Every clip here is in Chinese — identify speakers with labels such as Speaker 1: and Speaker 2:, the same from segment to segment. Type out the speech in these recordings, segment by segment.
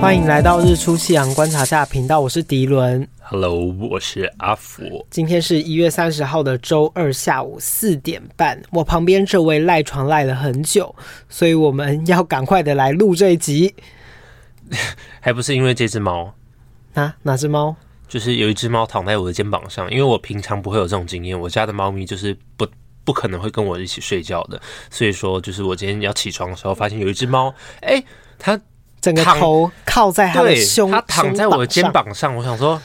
Speaker 1: 欢迎来到日出夕阳观察下频道，我是迪伦。
Speaker 2: Hello，我是阿福。
Speaker 1: 今天是一月三十号的周二下午四点半，我旁边这位赖床赖了很久，所以我们要赶快的来录这一集。
Speaker 2: 还不是因为这只猫，
Speaker 1: 啊，哪只猫？
Speaker 2: 就是有一只猫躺在我的肩膀上，因为我平常不会有这种经验，我家的猫咪就是不不可能会跟我一起睡觉的，所以说就是我今天要起床的时候，发现有一只猫，哎、它
Speaker 1: 整个
Speaker 2: 躺
Speaker 1: 头靠在他的
Speaker 2: 对
Speaker 1: 胸，
Speaker 2: 它躺在我的肩
Speaker 1: 胸上。
Speaker 2: 膀上，我想说，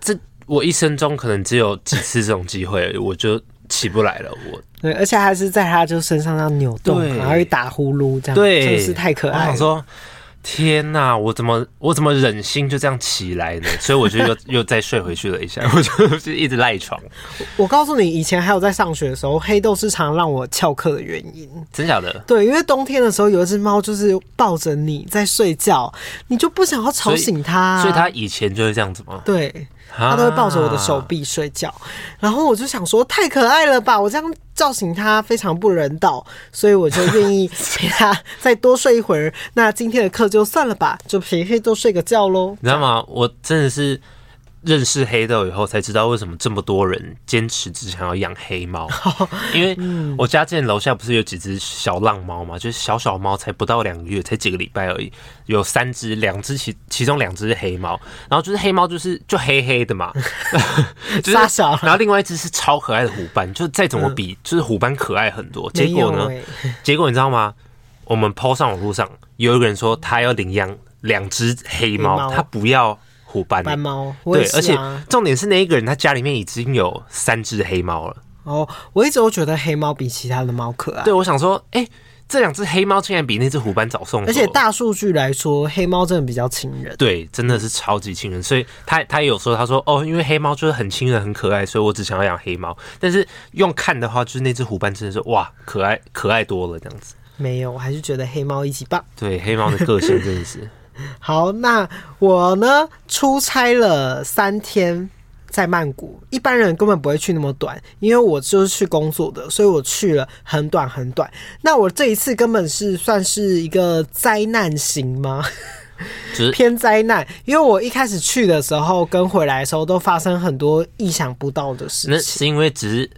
Speaker 2: 这我一生中可能只有几次这种机会，我就起不来了，我
Speaker 1: 对，而且还是在他就身上这样扭动，
Speaker 2: 对
Speaker 1: 然后会打呼噜这样，
Speaker 2: 对，
Speaker 1: 真的是太可
Speaker 2: 我
Speaker 1: 爱
Speaker 2: 想
Speaker 1: 了。
Speaker 2: 说，天哪，我怎么我怎么忍心就这样起来呢？所以 我就又又再睡回去了一下，我就是一直赖床，
Speaker 1: 我告诉你，以前还有在上学的时候，黑豆是常让我翘课的原因。
Speaker 2: 真假的？
Speaker 1: 对，因为冬天的时候有一只猫就是抱着你在睡觉，你就不想要吵醒它啊、
Speaker 2: 所以他以前就是这样子吗？啊
Speaker 1: 对，
Speaker 2: 他
Speaker 1: 它都会抱着我的手。臂睡觉。然后我就想说，太可爱了吧！我这样叫醒它非常不人道，所以我就愿 意陪它再多睡一会儿。那今天的课就算了吧，就陪黑豆睡个觉喽。
Speaker 2: 你知道吗？我真的是认识黑豆以后才知道为什么这么多人坚持只想要养黑猫， 因为
Speaker 1: 嗯
Speaker 2: 我家之前楼下不是有几只小浪猫嘛，就是小小猫，才不到两个月，才几个礼拜而已，有三只，两只其其中两只是黑猫，然后就是黑猫就是就黑黑 的嘛，就是
Speaker 1: 傻小嗯
Speaker 2: 然后另外一只是超可爱的虎斑，就再怎么比，就是虎斑可爱很多。结
Speaker 1: 没有
Speaker 2: 果呢？
Speaker 1: 欸
Speaker 2: 结果你知道吗？我们抛上网络上有一个人说他要领养两只黑
Speaker 1: 黑
Speaker 2: 猫，
Speaker 1: 猫
Speaker 2: 他不要虎斑。
Speaker 1: 斑猫，我也
Speaker 2: 对，
Speaker 1: 是、啊、
Speaker 2: 而且重点是那一个人他家里面已经有三只黑猫了。
Speaker 1: 哦，我一直都觉得黑猫比其他的猫可爱。
Speaker 2: 对，我想说，哎、这两只黑猫竟然比那只虎斑早送走，
Speaker 1: 而且大数据来说，黑猫真的比较亲人。
Speaker 2: 对，真的是超级亲人，所以他他也有说，他说哦，因为黑猫就是很亲人、很可爱，所以我只想要养黑猫。但是用看的话，就是那只虎斑真的是哇，可爱可爱多了这样子。
Speaker 1: 没有，我还是觉得黑猫一级棒。
Speaker 2: 对，黑猫的个性真的是
Speaker 1: 好，那我呢出差了三天。在曼谷，一般人根本不会去那么短，因为我就是去工作的，所以我去了很短很短。那我这一次根本是算是一个灾难型 吗？
Speaker 2: 就是
Speaker 1: 偏灾难，因为我一开始去的时候跟回来的时候都发生很多意想不到的事
Speaker 2: 那
Speaker 1: 情。
Speaker 2: 是因为只是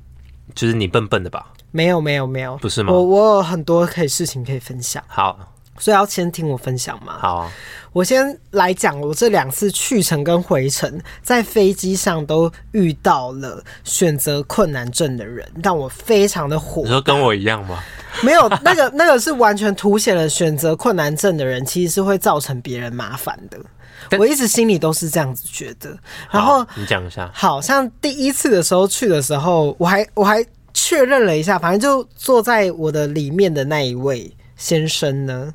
Speaker 2: 就是你笨笨的吧？
Speaker 1: 没有没有没有，
Speaker 2: 不是吗
Speaker 1: 我我有很多可以事情可以分享，
Speaker 2: 好，
Speaker 1: 所以要先听我分享嘛。
Speaker 2: 好啊，
Speaker 1: 我先来讲我这两次去程跟回程，在飞机上都遇到了选择困难症的人，让我非常的火
Speaker 2: 你。说跟我一样吗？
Speaker 1: 没有那个 那个是完全凸显了选择困难症的人其实是会造成别人麻烦的。我一直心里都是这样子觉得，然后
Speaker 2: 好你讲一下，
Speaker 1: 好像第一次的时候去的时候，我还我还确认了一下，反正就坐在我的里面的那一位先生呢，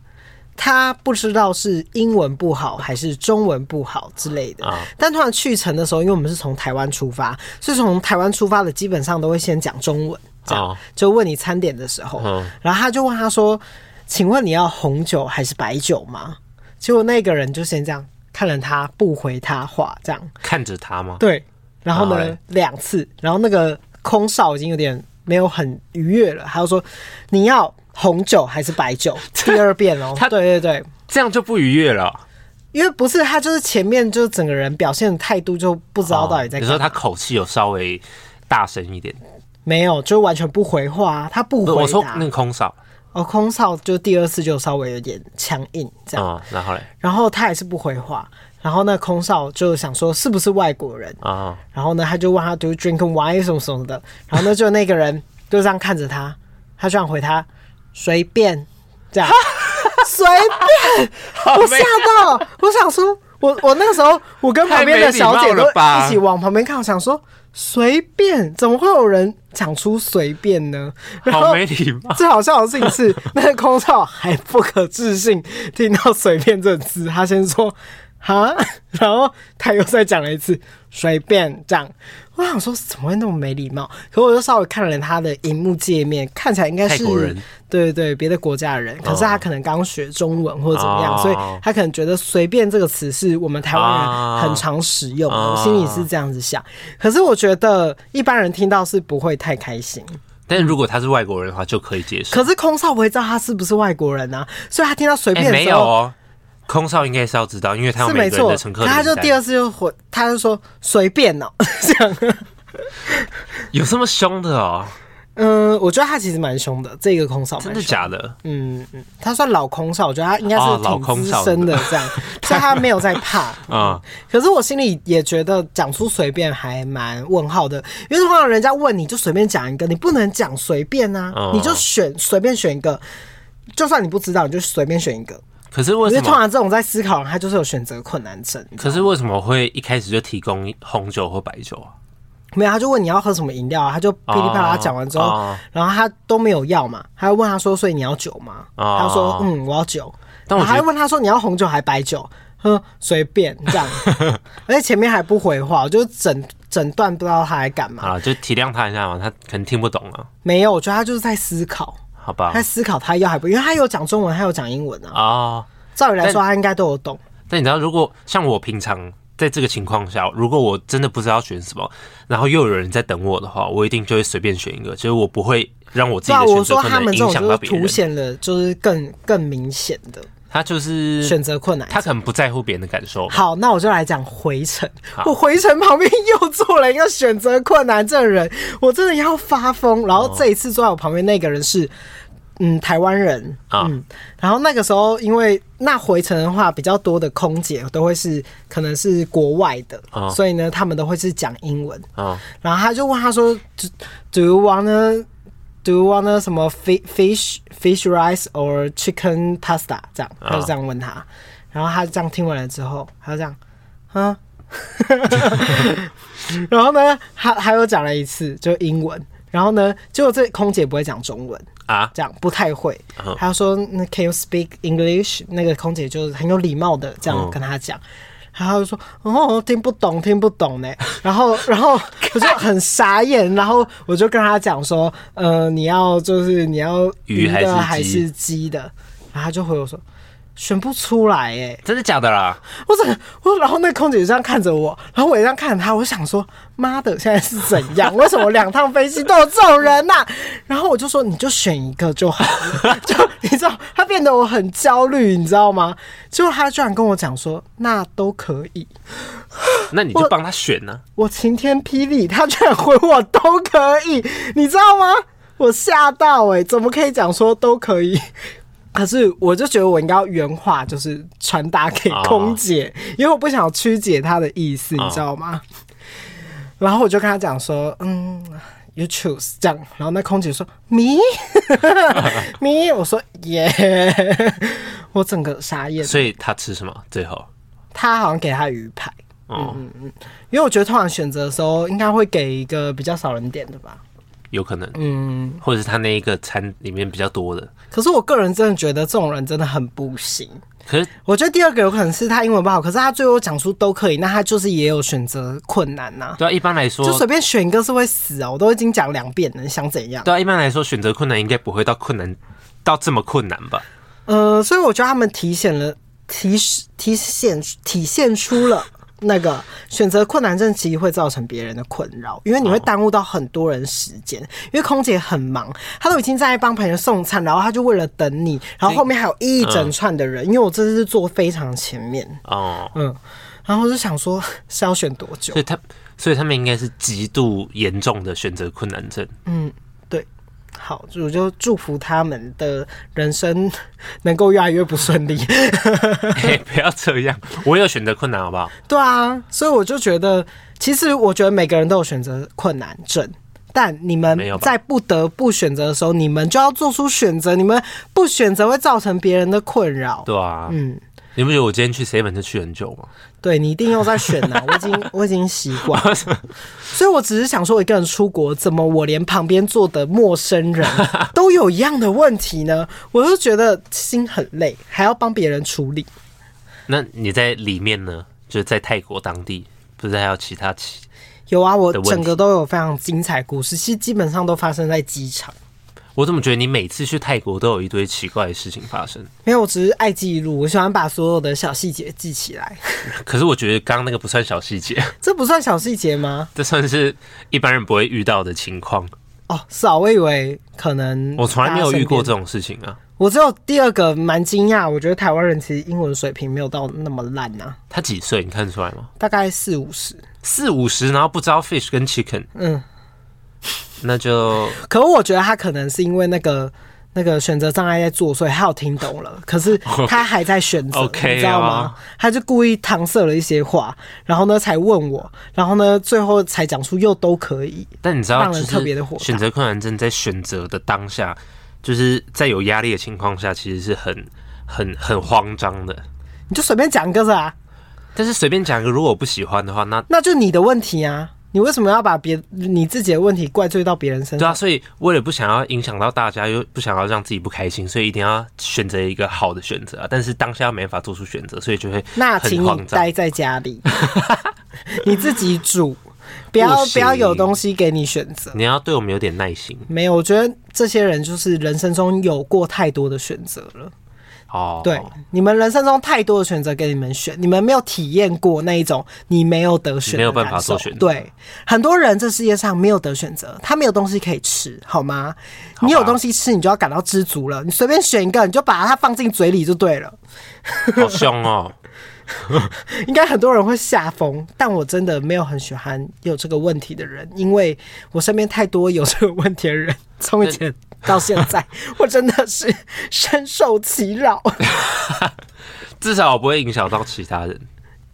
Speaker 1: 他不知道是英文不好还是中文不好之类的。
Speaker 2: 啊
Speaker 1: 但通常去程的时候，因为我们是从台湾出发，所以从台湾出发的基本上都会先讲中文，这样、
Speaker 2: 哦
Speaker 1: 就问你餐点的时候，
Speaker 2: 嗯
Speaker 1: 然后他就问他说：“请问你要红酒还是白酒吗？”结果那个人就先这样看了他，不回他话，这样。
Speaker 2: 看着他吗？
Speaker 1: 对，然后
Speaker 2: 然后
Speaker 1: 呢
Speaker 2: 嘞
Speaker 1: 两次，然后那个空少已经有点没有很愉悦了，他就说你要红酒还是白 酒？第二遍哦，
Speaker 2: 他
Speaker 1: 对对对，
Speaker 2: 这样就不愉悦了。
Speaker 1: 因为不是他就是前面就是整个人表现的态度就不知道到底在
Speaker 2: 哦
Speaker 1: 干嘛、
Speaker 2: 你说他口气有稍微大声一点，
Speaker 1: 没有，就完全不回话啊，他不
Speaker 2: 不是我
Speaker 1: 回
Speaker 2: 说
Speaker 1: 答。
Speaker 2: 那个空少
Speaker 1: 哦，空少就第二次就稍微有点强硬这样，
Speaker 2: 啊、然后嘞
Speaker 1: 然后他也是不回话，然后那空少就想说是不是外国人，
Speaker 2: 啊、
Speaker 1: 然后呢，他就问他 Do you drink wine 什么什么的，然后呢，就那个人就这样看着他，他这样回他随便这样，随便，我吓到了，我想说，我我那个时候我跟旁边的小姐
Speaker 2: 太没礼
Speaker 1: 都
Speaker 2: 貌了吧
Speaker 1: 一起往旁边看，我想说随便，怎么会有人讲出随便呢？然
Speaker 2: 好
Speaker 1: 后
Speaker 2: 没礼貌。
Speaker 1: 最好笑的事情是，那个空少还不可置信，听到“随便”这个字，他先说“哈”，然后他又再讲了一次“随便”这样。我想说，怎么会那么没礼貌？可我就稍微看了他的荧幕界面，看起来应该是
Speaker 2: 泰国人
Speaker 1: 对对对，别的国家的人。可是他可能刚学中文或者怎么样，
Speaker 2: 哦
Speaker 1: 所以他可能觉得“随便”这个词是我们台湾
Speaker 2: 啊
Speaker 1: 人很常使用的。
Speaker 2: 哦
Speaker 1: 我心里是这样子想，可是我觉得一般人听到是不会太开心。
Speaker 2: 但是如果他是外国人的话，就可以接受。
Speaker 1: 可是空少不会知道他是不是外国人啊，所以他听到随
Speaker 2: 哎、
Speaker 1: 便的
Speaker 2: 没
Speaker 1: 时
Speaker 2: 有
Speaker 1: 候，
Speaker 2: 哦，空少应该是要知道，因为他有
Speaker 1: 是
Speaker 2: 每
Speaker 1: 没
Speaker 2: 个人
Speaker 1: 错
Speaker 2: 的乘。客
Speaker 1: 可他
Speaker 2: 名
Speaker 1: 就
Speaker 2: 单
Speaker 1: 第二次就回，他就说随便哦，这样。
Speaker 2: 有这么凶的哦？
Speaker 1: 嗯，我觉得他其实蛮凶的，这个空少蛮
Speaker 2: 真
Speaker 1: 凶
Speaker 2: 的假的？
Speaker 1: 嗯，嗯，他算老空少，我觉得他应该
Speaker 2: 哦
Speaker 1: 是
Speaker 2: 老空
Speaker 1: 挺资
Speaker 2: 少
Speaker 1: 深的这样， 所以他没有在怕。
Speaker 2: 嗯，
Speaker 1: 可是我心里也觉得讲出随便还蛮问号的，因为通常人家问你就随便讲一个，你不能讲随便啊，
Speaker 2: 哦
Speaker 1: 你就选随便选一个，就算你不知道，你就随便选一个。
Speaker 2: 可是为
Speaker 1: 因为
Speaker 2: 什
Speaker 1: 通
Speaker 2: 么？
Speaker 1: 常这种在思考的人，他就是有选择困难症。你知道
Speaker 2: 可是为什么会一开始就提供红酒或白酒啊？
Speaker 1: 没有，他就问你要喝什么饮料啊，他就噼里啪啦讲完之后，
Speaker 2: 哦
Speaker 1: 然后他都没有要嘛，他就问他说：“所以你要酒吗？”
Speaker 2: 哦
Speaker 1: 他说：“嗯，我要酒。”
Speaker 2: 但
Speaker 1: 然
Speaker 2: 我
Speaker 1: 后
Speaker 2: 觉
Speaker 1: 还
Speaker 2: 得
Speaker 1: 问他说：“你要红酒还白酒？”哼，随便这 样，而且前面还不回话，我就整整段不知道他在干嘛。
Speaker 2: 啊，就体谅他一下嘛，他可能听不懂啊，
Speaker 1: 没有，我觉得他就是在思考，
Speaker 2: 好吧
Speaker 1: 他？在思考他要还不，因为他有讲中文，他有讲英文啊。
Speaker 2: 哦，
Speaker 1: 照理来说，
Speaker 2: 但
Speaker 1: 他应该都有懂。
Speaker 2: 但你知道，如果像我平常在这个情况下，如果我真的不知道选什么，然后又有人在等我的话，我一定就会随便选一个，就是我不会让我自己
Speaker 1: 对啊，
Speaker 2: 的
Speaker 1: 我
Speaker 2: 选择
Speaker 1: 说
Speaker 2: 可
Speaker 1: 他
Speaker 2: 能
Speaker 1: 们这
Speaker 2: 影
Speaker 1: 种
Speaker 2: 响
Speaker 1: 就
Speaker 2: 到
Speaker 1: 是
Speaker 2: 别
Speaker 1: 凸
Speaker 2: 人。
Speaker 1: 显了，就是更更明显的
Speaker 2: 他就是
Speaker 1: 选择困难。
Speaker 2: 他可能不在乎别人的感受吧。
Speaker 1: 好，那我就来讲回程。我回程旁边又坐了一个选择困难症人，我真的要发疯。然后
Speaker 2: 哦
Speaker 1: 这一次坐在我旁边那个人是，嗯，台湾人。嗯
Speaker 2: 啊，
Speaker 1: 然后那个时候，因为那回程的话，比较多的空姐都会是可能是国外的，
Speaker 2: 哦
Speaker 1: 所以呢，他们都会是讲英文。
Speaker 2: 啊，
Speaker 1: 然后他就问他说，Do do you wanna do you wanna 什么 fi- fish fish rice or chicken pasta？这样，他就这样问他。然后他这样听完了之后，他就这样，嗯。 然后呢，他他又讲了一次，就英文。然后呢，结果这空姐不会讲中文，
Speaker 2: 啊，
Speaker 1: 这样不太会
Speaker 2: 嗯。
Speaker 1: 他说那 Can you speak English？那个空姐就是很有礼貌的这
Speaker 2: 嗯
Speaker 1: 样跟他讲。然后他就说：“哦，听不懂，听不懂呢。”然后，然后 我就很傻眼。然后我就跟他讲说：“呃，你要就是你要
Speaker 2: 鱼还是
Speaker 1: 的还
Speaker 2: 鸡
Speaker 1: 是鸡的？”然后他就回我说：“选不出来哎、
Speaker 2: 真的假的啦？
Speaker 1: 我整个我，然后那空姐就这样看着我，然后我也这样看着她，我想说，妈的，现在是怎样？为什么两趟飞机都有这种人呐、 然后我就说，你就选一个就好了， 就你知道，她变得我很焦虑，你知道吗？结果她居然跟我讲说，那都可以，
Speaker 2: 那你就帮他选啊呢、
Speaker 1: 我晴天霹雳，她居然回我都可以，你知道吗？我吓到哎、怎么可以讲说都可以？可是我就觉得我应该要原话，就是传达给空姐，因为我不想曲解她的意思，你知道吗？然后我就跟她讲说，嗯，you choose 这样，然后那空姐说 me me，我说耶、我整个傻眼，
Speaker 2: 所以他吃什么？最后，
Speaker 1: 她好像给她鱼排，
Speaker 2: 哦、
Speaker 1: 嗯因为我觉得通常选择的时候应该会给一个比较少人点的吧。
Speaker 2: 有可能，嗯，或者是他那一个餐里面比较多的。
Speaker 1: 可是我个人真的觉得这种人真的很不行。
Speaker 2: 可是
Speaker 1: 我觉得第二个有可能是他英文不好，可是他最后讲出都可以，那他就是也有选择困难呐、
Speaker 2: 对啊，一般来说
Speaker 1: 就，随便选一个是会死啊！我都已经讲两遍了，你想怎样？
Speaker 2: 对啊，一般来说选择困难应该不会到困难到这么困难吧？
Speaker 1: 呃，所以我觉得他们体现了体体现体现出了那个选择困难症，其实会造成别人的困扰，因为你会耽误到很多人时间。因为空姐很忙，她都已经在帮朋友送餐，然后她就为了等你，然后后面还有一整串的人。因为我这次是坐非常前面，
Speaker 2: 哦，
Speaker 1: 嗯，然后我就想说是要选多久
Speaker 2: 所？以他，所以他们应该是极度严重的选择困难 症。
Speaker 1: 对，好，就我就祝福他们的人生能够越来越不顺利。
Speaker 2: 嘿不要这样，我也有选择困难，好不好？
Speaker 1: 对啊，所以我就觉得，其实我觉得每个人都有选择困难症，但你们
Speaker 2: 没有吧
Speaker 1: 在不得不选择的时候，你们就要做出选择，你们不选择会造成别人的困扰。
Speaker 2: 对啊，嗯，你不觉得我今天去 seven 就去很久吗？
Speaker 1: 对你一定又在选呐、 我已经我已经习惯了，所以我只是想说，我一个人出国，怎么我连旁边坐的陌生 人都有一样的问题呢？我就觉得心很累，还要帮别人处理。
Speaker 2: 那你在里面呢？就是在泰国当地，不是还有其他其？
Speaker 1: 有啊，我
Speaker 2: 的问
Speaker 1: 整
Speaker 2: 题
Speaker 1: 个都有非常精彩故事，其实基本上都发生在机场。
Speaker 2: 我怎么觉得你每次去泰国都有一堆奇怪的事情发生？
Speaker 1: 没有，我只是爱记录，我喜欢把所有的小细节记起来。
Speaker 2: 可是我觉得刚刚那个不算小细节，
Speaker 1: 这不算小细节吗？
Speaker 2: 这算是一般人不会遇到的情况。
Speaker 1: 哦，是啊，我以为可能
Speaker 2: 我从来没有遇过这
Speaker 1: 种。
Speaker 2: 种事情啊！
Speaker 1: 我只有第二个蛮惊讶，我觉得台湾人其实英文水平没有到那么烂呐、
Speaker 2: 他几岁？你看得出来吗？
Speaker 1: 大概四五十。
Speaker 2: 四五十，然后不知道 fish 跟 chicken，
Speaker 1: 嗯，
Speaker 2: 那就
Speaker 1: 可我觉得他可能是因为那个那个选择障碍在做，所以他有听懂了，可 是他还在选择
Speaker 2: OK 哦
Speaker 1: 你知道吗？他就故意搪塞了一些话，然后呢才问我，然后呢最后才讲出又都可以。
Speaker 2: 但你知道，
Speaker 1: 让
Speaker 2: 就
Speaker 1: 人
Speaker 2: 是
Speaker 1: 特别地火大
Speaker 2: 选择困难症在选择的当下，就是在有压力的情况下，其实是很、很、很慌张的。
Speaker 1: 你就随便讲一个啊，
Speaker 2: 但是随便讲一个，如果我不喜欢的话，那
Speaker 1: 那就你的问题啊，你为什么要把别你自己的问题怪罪到别人身
Speaker 2: 对
Speaker 1: 上？
Speaker 2: 啊，所以为了不想要影响到大家，又不想要让自己不开心，所以一定要选择一个好的选择啊。但是当下没法做出选择，所以就会
Speaker 1: 那
Speaker 2: 很
Speaker 1: 请你
Speaker 2: 慌张
Speaker 1: 待。在家里， 你自己煮，不要
Speaker 2: 不行
Speaker 1: 不要有东西给你选择。
Speaker 2: 你要对我们有点耐心
Speaker 1: 没有，我觉得这些人就是人生中有过太多的选择了。
Speaker 2: 哦。
Speaker 1: 对，你们人生中太多的选择给你们选，你们没有体验过那一种你没有得选的感受，
Speaker 2: 没有办法做选择
Speaker 1: 对，很多人这世界上没有得选择，他没有东西可以吃，好吗？你有东西吃，你就要感到知足了。你随便选一个，你就把它放进嘴里就对了。
Speaker 2: 好凶哦！
Speaker 1: 应该很多人会吓疯，但我真的没有很喜欢有这个问题的人，因为我身边太多有这个问题的人，从以前到现在，我真的是深受其 扰。
Speaker 2: 至少我不会影响到其他人，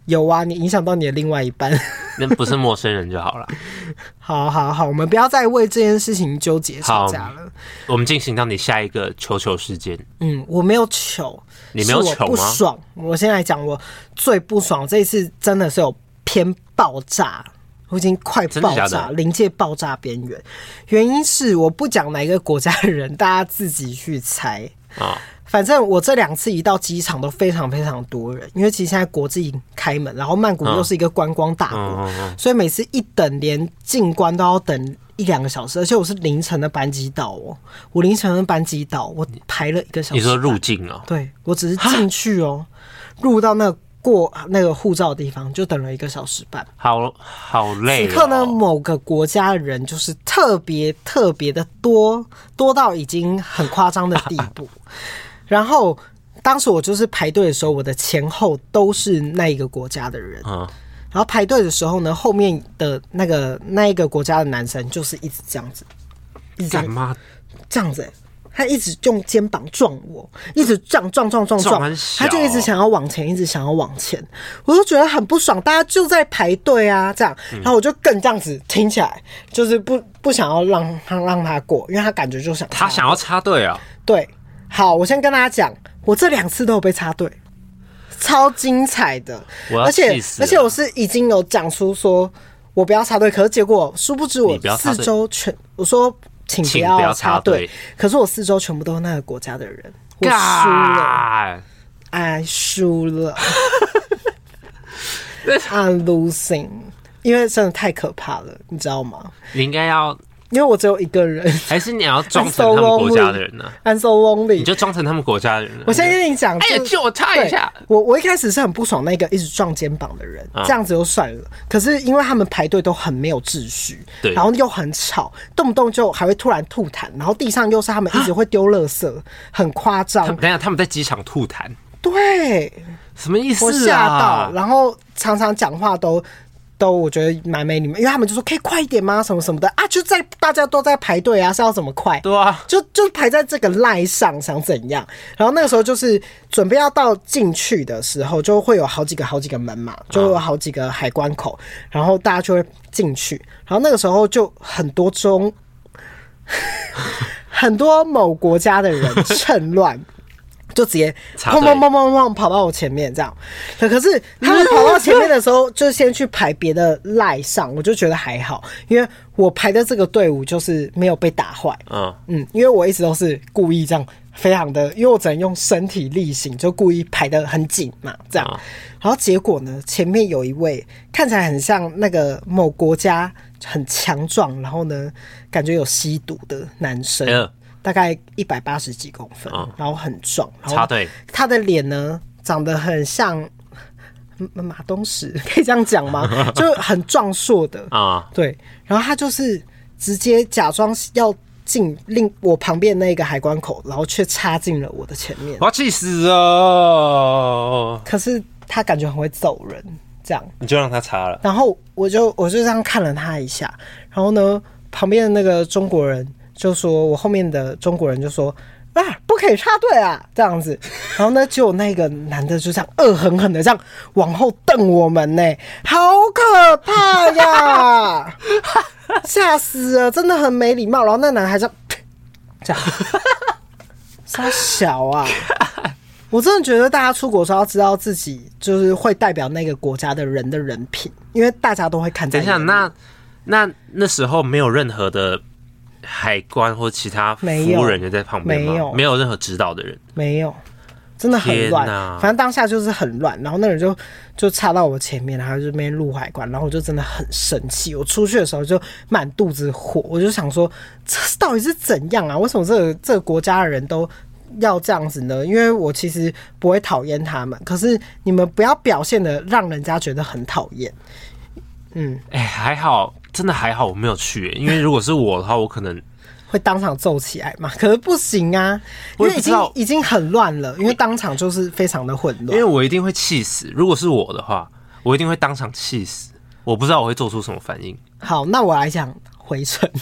Speaker 1: 有啊，你影响到你的另外一半。
Speaker 2: 那不是陌生人就 好了。
Speaker 1: 好好好，我们不要再为这件事情纠结吵架了。
Speaker 2: 我们进行到你下一个球球事件，
Speaker 1: 嗯，我没有糗，
Speaker 2: 你没有糗吗
Speaker 1: 是我不爽。我先来讲我最不爽，这一次真的是有偏爆炸，我已经快
Speaker 2: 真的
Speaker 1: 爆
Speaker 2: 假
Speaker 1: 炸，
Speaker 2: 的
Speaker 1: 临界爆炸边缘。原因是我不讲哪一个国家的人，大家自己去猜。
Speaker 2: 啊、
Speaker 1: 反正我这两次一到机场都非常非常多人，因为其实现在国际开门，然后曼谷又是一个观光大国，
Speaker 2: 嗯嗯
Speaker 1: 所以每次一等连进关都要等一两个小时，而且我是凌晨的班机到哦，我凌晨的班机到，我排了一个小时。
Speaker 2: 你说入境哦、
Speaker 1: 对我只是进去哦，入到那个过那个护照的地方就等了一个小时半。
Speaker 2: 好好累、
Speaker 1: 此
Speaker 2: 哦。
Speaker 1: 刻呢，某个国家的人就是特别特别的多，多到已经很夸张的地步。然后当时我就是排队的时候，我的前后都是那一个国家的人。
Speaker 2: 嗯，
Speaker 1: 然后排队的时候呢，后面的那个那一个国家的男生就是一直这样子，一直这
Speaker 2: 干
Speaker 1: 样
Speaker 2: 嘛？
Speaker 1: 这样子欸、他一直用肩膀撞我，一直撞撞撞撞
Speaker 2: 撞
Speaker 1: 撞
Speaker 2: 很，小
Speaker 1: 他就一直想要往前，一直想要往前，我就觉得很不爽。大家就在排队啊，这样，
Speaker 2: 嗯
Speaker 1: 然后我就更这样子挺起来，就是不不想要让他让他过，因为他感觉就想
Speaker 2: 他想要插队啊、
Speaker 1: 对。好，我先跟大家讲，我这两次都有被插队，超精彩的，
Speaker 2: 我要
Speaker 1: 而且
Speaker 2: 气死了
Speaker 1: 而且我是已经有讲出说我不要插队，可是结果殊不知我
Speaker 2: 你不要插
Speaker 1: 四
Speaker 2: 队
Speaker 1: 周全我说请不
Speaker 2: 请不要
Speaker 1: 要
Speaker 2: 插
Speaker 1: 插
Speaker 2: 队
Speaker 1: 队，可是我四周全部都是那个国家的人，我输了
Speaker 2: 干，
Speaker 1: ，I 输 了，I'm losing，因为真的太可怕了，你知道吗？
Speaker 2: 你应该要，
Speaker 1: 因为我只有一个人
Speaker 2: 还是你要装成他们国家的人呢、
Speaker 1: ，I'm so
Speaker 2: 你
Speaker 1: lonely。
Speaker 2: 就装成他们国家的人、啊。
Speaker 1: 我现在跟你讲，
Speaker 2: 哎呀
Speaker 1: 就，
Speaker 2: 借我插
Speaker 1: 对，
Speaker 2: 一下。啊
Speaker 1: 我我一开始是很不爽那个一直撞肩膀的人，这样子就算了。可是因为他们排队都很没有秩序，
Speaker 2: 对
Speaker 1: 然后又很吵，动不动就还会突然吐痰，然后地上又是他们一直会丢垃圾，很夸张。
Speaker 2: 等一下，他们在机场吐痰，
Speaker 1: 对，
Speaker 2: 什么意思、啊？
Speaker 1: 我吓到，然后常常讲话都。都我觉得蛮没礼貌，因为他们就说可以快一点吗？什么什么的啊，就在大家都在排队啊，是要怎么快？
Speaker 2: 对啊，
Speaker 1: 就就排在这个赖上，想怎样？然后那个时候就是准备要到进去的时候，就会有好几个好几个门嘛，就
Speaker 2: 啊
Speaker 1: 有好几个海关口，然后大家就会进去。然后那个时候就很多中， 很多某国家的 人趁乱。就直接
Speaker 2: 插
Speaker 1: 砰
Speaker 2: 队
Speaker 1: 砰砰砰砰跑到我前面这样，可可是他们跑到前面的时候，就先去排别的赖上，我就觉得还好，因为我排的这个队伍就是没有被打坏，
Speaker 2: 嗯，
Speaker 1: 嗯，因为我一直都是故意这样，非常的，因为我只能用身体力行，就故意排得很紧嘛，这样。
Speaker 2: 啊
Speaker 1: 然后结果呢，前面有一位看起来很像那个某国家很强壮，然后呢感觉有吸毒的男生，
Speaker 2: 哎呦
Speaker 1: 大概一百八十几公分，
Speaker 2: 啊
Speaker 1: 然后很壮，然后
Speaker 2: 插队
Speaker 1: 他的脸呢长得很像。嗯马马东石可以这样讲吗？就是很壮硕的，
Speaker 2: 啊、
Speaker 1: 对，然后他就是直接假装要进另我旁边那个海关口，然后却插进了我的前面。
Speaker 2: 我要气死哦！
Speaker 1: 可是他感觉很会走人，这样。
Speaker 2: 你就让他插了，
Speaker 1: 然后我就我就这样看了他一下，然后呢，旁边的那个中国人就说，我后面的中国人就说啊，不可以插队啊，这样子。 然后呢，就有那个男的就这样恶狠狠的这样往后瞪我们呢、好可怕呀， 吓死了，真的很没礼貌。然后那男的还这样， 这样，傻小 啊。我真的觉得大家出国的时候要知道自己就是会代表那个国家的人的人品，因为大家都会看在
Speaker 2: 等一
Speaker 1: 眼里。
Speaker 2: 下，那那那时候没有任何的海关或其他服
Speaker 1: 没有
Speaker 2: 务人员在旁边吗？
Speaker 1: 没有
Speaker 2: 没有任何指导的人。
Speaker 1: 没有，真的很乱
Speaker 2: 天哪。
Speaker 1: 反正当下就是很乱，然后那人就就插到我前面，然后就那边入海关，然后我就真的很生气。我出去的时候就满肚子火，我就想说，这到底是怎样啊？为什么这个这个国家的人都？要这样子呢？因为我其实不会讨厌他们，可是你们不要表现的让人家觉得很讨厌。
Speaker 2: 哎、还好，真的还好，我没有去、因为如果是我的话，我 可能
Speaker 1: 会当场揍起来嘛？可是不行啊，因
Speaker 2: 我
Speaker 1: 为
Speaker 2: 也
Speaker 1: 已
Speaker 2: 不知
Speaker 1: 经
Speaker 2: 道
Speaker 1: 已经很乱了，因为当场就是非常的混
Speaker 2: 因为
Speaker 1: 乱。
Speaker 2: 我一定会气死。如果是我的话，我一定会当场气死。我不知道我会做出什么反应。
Speaker 1: 好，那我来讲回程。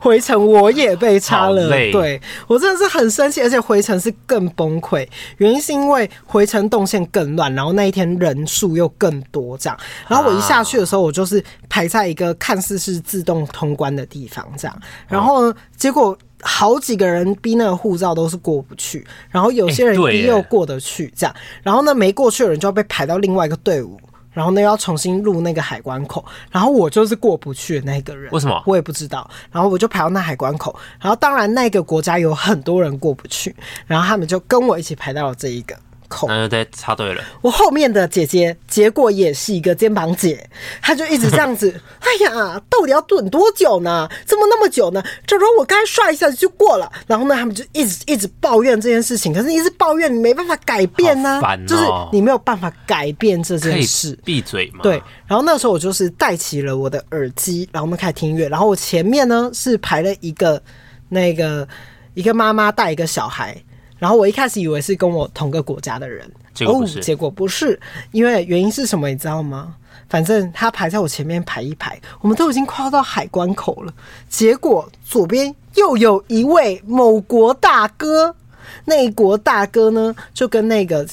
Speaker 1: 回程我也被插了
Speaker 2: 好，累
Speaker 1: 对我真的是很生气，而且回程是更崩溃，原因是因为回程动线更乱，然后那一天人数又更多这样，然后我一下去的时候，我就是排在一个看似是自动通关的地方这样，然后
Speaker 2: 哦
Speaker 1: 呢结果好几个人逼那个护照都是过不去，然后有些人
Speaker 2: 哎对
Speaker 1: 逼
Speaker 2: 耶
Speaker 1: 又过得去这样，然后呢没过去的人就要被排到另外一个队伍。然后呢，又要重新入那个海关口，然后我就是过不去的那个人。
Speaker 2: 为什么
Speaker 1: 我也不知道。然后我就排到那海关口，然后当然那个国家有很多人过不去，然后他们就跟我一起排到了这一个口。
Speaker 2: 那就在插队了，
Speaker 1: 我后面的姐姐，结果也是一个肩膀姐，她就一直这样 子，哎呀，到底要等多久呢？怎么那么久呢？这时候我刚才刷一下子就过了，然后呢，他们就一直一直抱怨这件事情，可是你一直抱怨，你没办法改变呢、
Speaker 2: 好烦哦
Speaker 1: 就是你没有办法改变这
Speaker 2: 可
Speaker 1: 件
Speaker 2: 以
Speaker 1: 事。
Speaker 2: 闭嘴吗？
Speaker 1: 对，，然后那时候我就是戴起了我的耳机，然后我们开始听音乐，然后我前面呢是排了一个那个一个妈妈带一个小孩，然后我一开始以为是跟我同个国家的人，
Speaker 2: 结果不是
Speaker 1: 哦，结果不是，因为原因是什么你知道吗？反正他排在我前面排一排，我们都已经跨到海关口了，结果左边又有一位某国大哥，那一国大哥呢就跟那个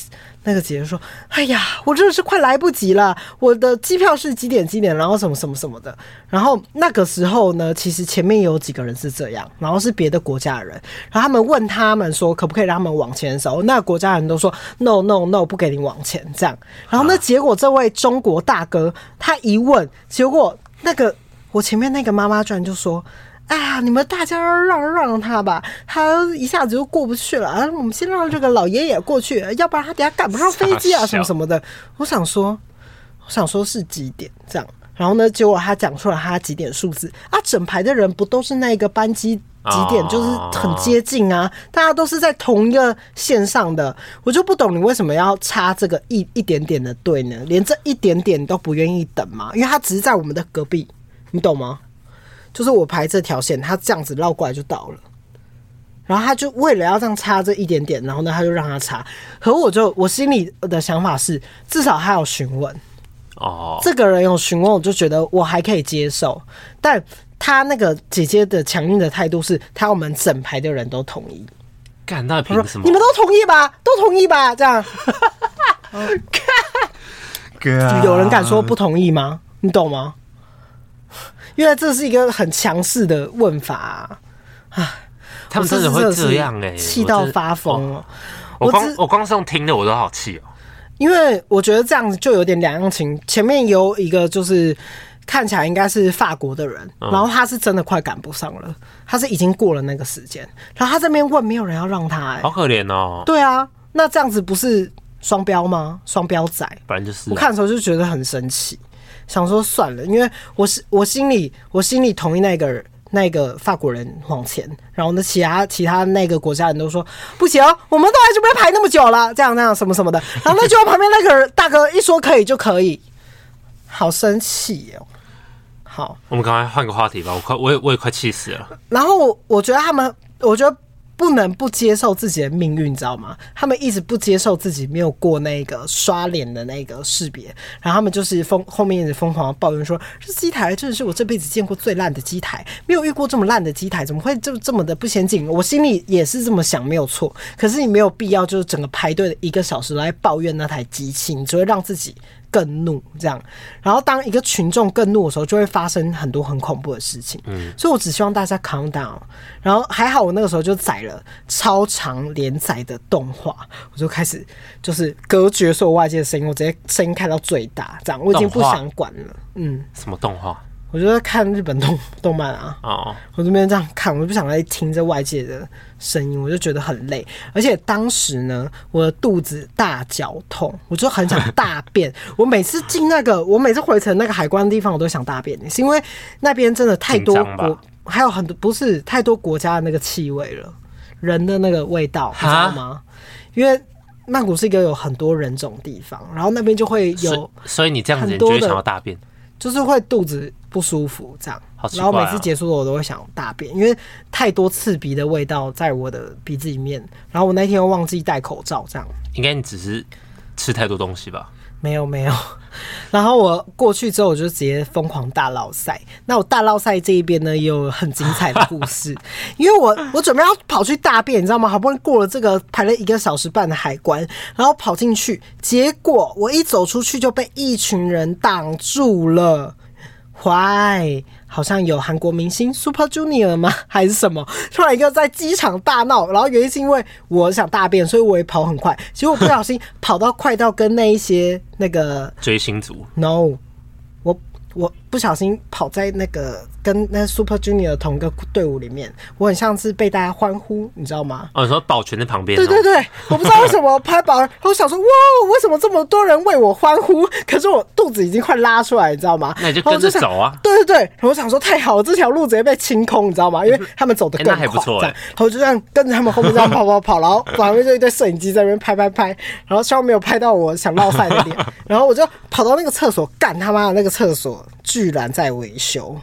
Speaker 1: 那个姐姐说：“哎呀，我真的是快来不及了，我的机票是几点几点，然后什么什么什么的。”然后那个时候呢，其实前面有几个人是这样，然后是别的国家的人，然后他们问他们说可不可以让他们往前走，那个国家人都说 “no no no”，不给你往前这样。然后呢，结果这位中国大哥他一问，结果那个我前面那个妈妈居然就说。哎呀，你们大家让让他吧，他一下子就过不去了。啊，我们先让这个老爷爷过去，要不然他等下赶不上飞机啊，
Speaker 2: 傻笑
Speaker 1: 什么什么的。我想说，我想说是几点这样，然后呢，结果他讲出来他几点数字啊，整排的人不都是那一个班机几点，
Speaker 2: 哦
Speaker 1: 就是很接近啊，大家都是在同一个线上的，我就不懂你为什么要插这个一一点点的队呢？连这一点点你都不愿意等吗？因为他只是在我们的隔壁，你懂吗？就是我排这条线，他这样子绕过来就到了。然后他就为了要这样插这一点点，然后呢，他就让他插。可我就我心里的想法是，至少他有询问，
Speaker 2: 哦，
Speaker 1: 这个人有询问，我就觉得我还可以接受，但他那个姐姐的强硬的态度是，他要我们整排的人都同意，
Speaker 2: 干那凭什么？
Speaker 1: 你们都同意吧，都同意吧，这 样
Speaker 2: 哦
Speaker 1: 有人敢说不同意吗？你懂吗？因为这是一个很强势的问法、啊，
Speaker 2: 他
Speaker 1: 我
Speaker 2: 们真的
Speaker 1: 是
Speaker 2: 会
Speaker 1: 真的
Speaker 2: 这
Speaker 1: 是
Speaker 2: 样哎、
Speaker 1: 气
Speaker 2: 我
Speaker 1: 到
Speaker 2: 真的
Speaker 1: 发疯
Speaker 2: 哦
Speaker 1: 了。
Speaker 2: 我
Speaker 1: 我
Speaker 2: 光
Speaker 1: 只
Speaker 2: 我光是用听的我都好气哦、
Speaker 1: 因为我觉得这样子就有点两样情。前面有一个就是看起来应该是法国的人，然后他是真的快赶不上了，他是已经过了那个时间，然后他这边问没有人要让他、欸
Speaker 2: 好，可怜哦、
Speaker 1: 对啊，那这样子不是双标吗？双标仔，
Speaker 2: 反正就是啊、
Speaker 1: 我看的时候就觉得很生气，想说算了，因为我是我心里我心里同意那个那个法国人往前，然后呢，其他其他那个国家人都说不行，我们都在这边排那么久了，这样那样什么什么的，然后那就旁边那个人大哥一说可以就可以，好生气哦。好，
Speaker 2: 我们赶快换个话题吧，我快我也我也快气死了。
Speaker 1: 然后我我觉得他们，我觉得不能不接受自己的命运，你知道吗？他们一直不接受自己没有过那个刷脸的那个识别，然后他们就是疯后面一直疯狂地抱怨说，这机台真的是我这辈子见过最烂的机台，没有遇过这么烂的机台，怎么会这这么的不先进？我心里也是这么想，没有错。可是你没有必要就是整个排队的一个小时来抱怨那台机器，你只会让自己。更怒这样，然后当一个群众更怒的时候，就会发生很多很恐怖的事情。嗯，所以我只希望大家 calm down。然后还好我那个时候就载了超长连载的动画，我就开始就是隔绝所有外界的声音，我直接声音开到最大，这样我已经不
Speaker 2: 动画
Speaker 1: 想管了。嗯，
Speaker 2: 什么动画？
Speaker 1: 我就在看日本动动漫啊。
Speaker 2: 哦，
Speaker 1: 我这边这样看，我就不想再听这外界的声音，我就觉得很累。而且当时呢，我的肚子大绞痛，我就很想大便。我每次进那个，我每次回程那个海关的地方，我都想大便，是因为那边真的太多
Speaker 2: 紧张吧
Speaker 1: 国，还有很多不是太多国家的那个气味了，人的那个味道，你知道吗？因为曼谷是一个有很多人种的地方，然后那边就会有
Speaker 2: 所，所以你这样子，
Speaker 1: 很
Speaker 2: 你
Speaker 1: 多
Speaker 2: 就
Speaker 1: 的
Speaker 2: 会想要大便。
Speaker 1: 就是会肚子不舒服这样。
Speaker 2: 好奇
Speaker 1: 然
Speaker 2: 怪、啊、
Speaker 1: 后每次结束了，我都会想大便，因为太多刺鼻的味道在我的鼻子里面。然后我那天又忘记戴口罩，这样
Speaker 2: 应该你只是吃太多东西吧？
Speaker 1: 没有没有。 然后我过去之后，我就直接疯狂大闹赛。那我大闹赛这一边呢，也有很精彩的故 事，因为我我准备要跑去大便，你知道吗？好不容易过了这个排了一个小时半的海关，然后跑进去，结果我一走出去就被一群人挡住了。坏，好像有韩国明星 Super Junior 吗？ 还是什么？突然一个在机场大闹，然后原因是因为我想大便，所以我也跑很快，结果不小心 跑到快到跟那一些那个
Speaker 2: 追星族
Speaker 1: No，我我不小心跑在那个跟那 Super Junior 同一个队伍里面，我很像是被大家欢呼，你知道吗？
Speaker 2: 哦，你说保全在旁边、哦，
Speaker 1: 对对对，我不知道为什么拍板，然后我想说哇，为什么这么多人为我欢呼？可是我肚子已经快拉出来，你知道吗？
Speaker 2: 那你就
Speaker 1: 然后我
Speaker 2: 跟着
Speaker 1: 想
Speaker 2: 走啊
Speaker 1: 对对对，然后我想说太好了，这条路直接被清空，你知道吗？因为他们走的
Speaker 2: 哎
Speaker 1: 更
Speaker 2: 那
Speaker 1: 快，
Speaker 2: 还不错
Speaker 1: 这样
Speaker 2: 哎，
Speaker 1: 然后我就这样跟着他们后面这样跑跑跑，然后旁边就一堆摄影机在那边拍拍拍，然后希望没有拍到我想落赛的 脸，然后我就跑到那个厕所，干他妈的那个厕所居然在维修。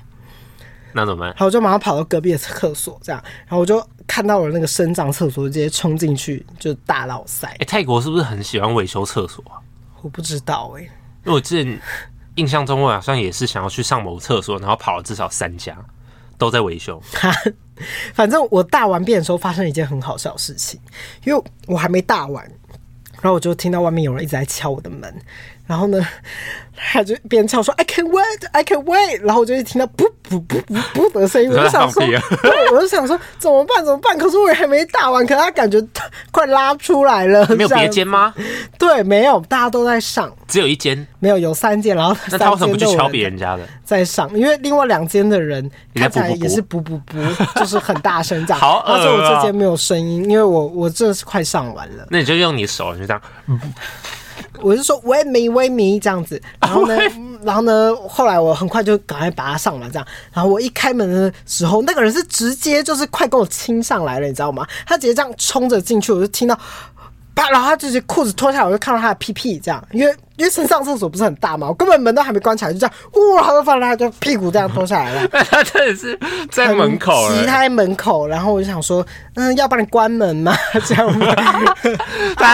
Speaker 2: 那怎么办
Speaker 1: 然？后我就马上跑到隔壁的厕所，这样，然后我就看到了那个生长厕所，我就直接冲进去就大闹塞
Speaker 2: 哎、，泰国是不是很喜欢维修厕所啊？
Speaker 1: 我不知道哎、
Speaker 2: 因为我之前印象中，我好像也是想要去上某厕所，然后跑了至少三家，都在维修。
Speaker 1: 反正我大完便的时候发生了一件很好笑的事情，因为我还没大完，然后我就听到外面有人一直在敲我的门，然后呢，他就边敲说 “I can wait, I can wait”，然后我就一直听到“噗噗噗噗噗”的声音，我就想说
Speaker 2: 放屁啊，
Speaker 1: 对我就想说怎么办怎么办？可是我也还没大完，可是他感觉快拉出来了，
Speaker 2: 没有
Speaker 1: 这
Speaker 2: 别
Speaker 1: 样
Speaker 2: 间吗？
Speaker 1: 对，没有，大家都在上。
Speaker 2: 只有一间，
Speaker 1: 没有有三间，然后
Speaker 2: 那他为什么
Speaker 1: 三
Speaker 2: 不
Speaker 1: 间都
Speaker 2: 去
Speaker 1: 有
Speaker 2: 敲别人家的？
Speaker 1: 在上？因为另外两间的人
Speaker 2: 也在
Speaker 1: 看起来
Speaker 2: 补补补
Speaker 1: 也是补补补，就是很大声这样。
Speaker 2: 好恶
Speaker 1: 然
Speaker 2: 啊
Speaker 1: 后所以我这间没有声音，因为我我这是快上完了，
Speaker 2: 那你就用你手，你就这样。，
Speaker 1: 我就说喂咪喂咪这样子。然后呢，嗯然后呢，后来我很快就赶快把它上完这样。然后我一开门的时候，那个人是直接就是快跟我亲上来了，你知道吗？他直接这样冲着进去，我就听到。啪！然后他就是裤子脱下来，我就看到他的屁屁这样，因为因为身上厕所不是很大嘛，我根本门都还没关起来，就这样，呜，然后就放他就屁股这样脱下来了
Speaker 2: 他真的是在门口欸哎
Speaker 1: 骑
Speaker 2: 了，
Speaker 1: 他在门口，然后我就想说，嗯，要帮你关门吗？这样 吗
Speaker 2: 他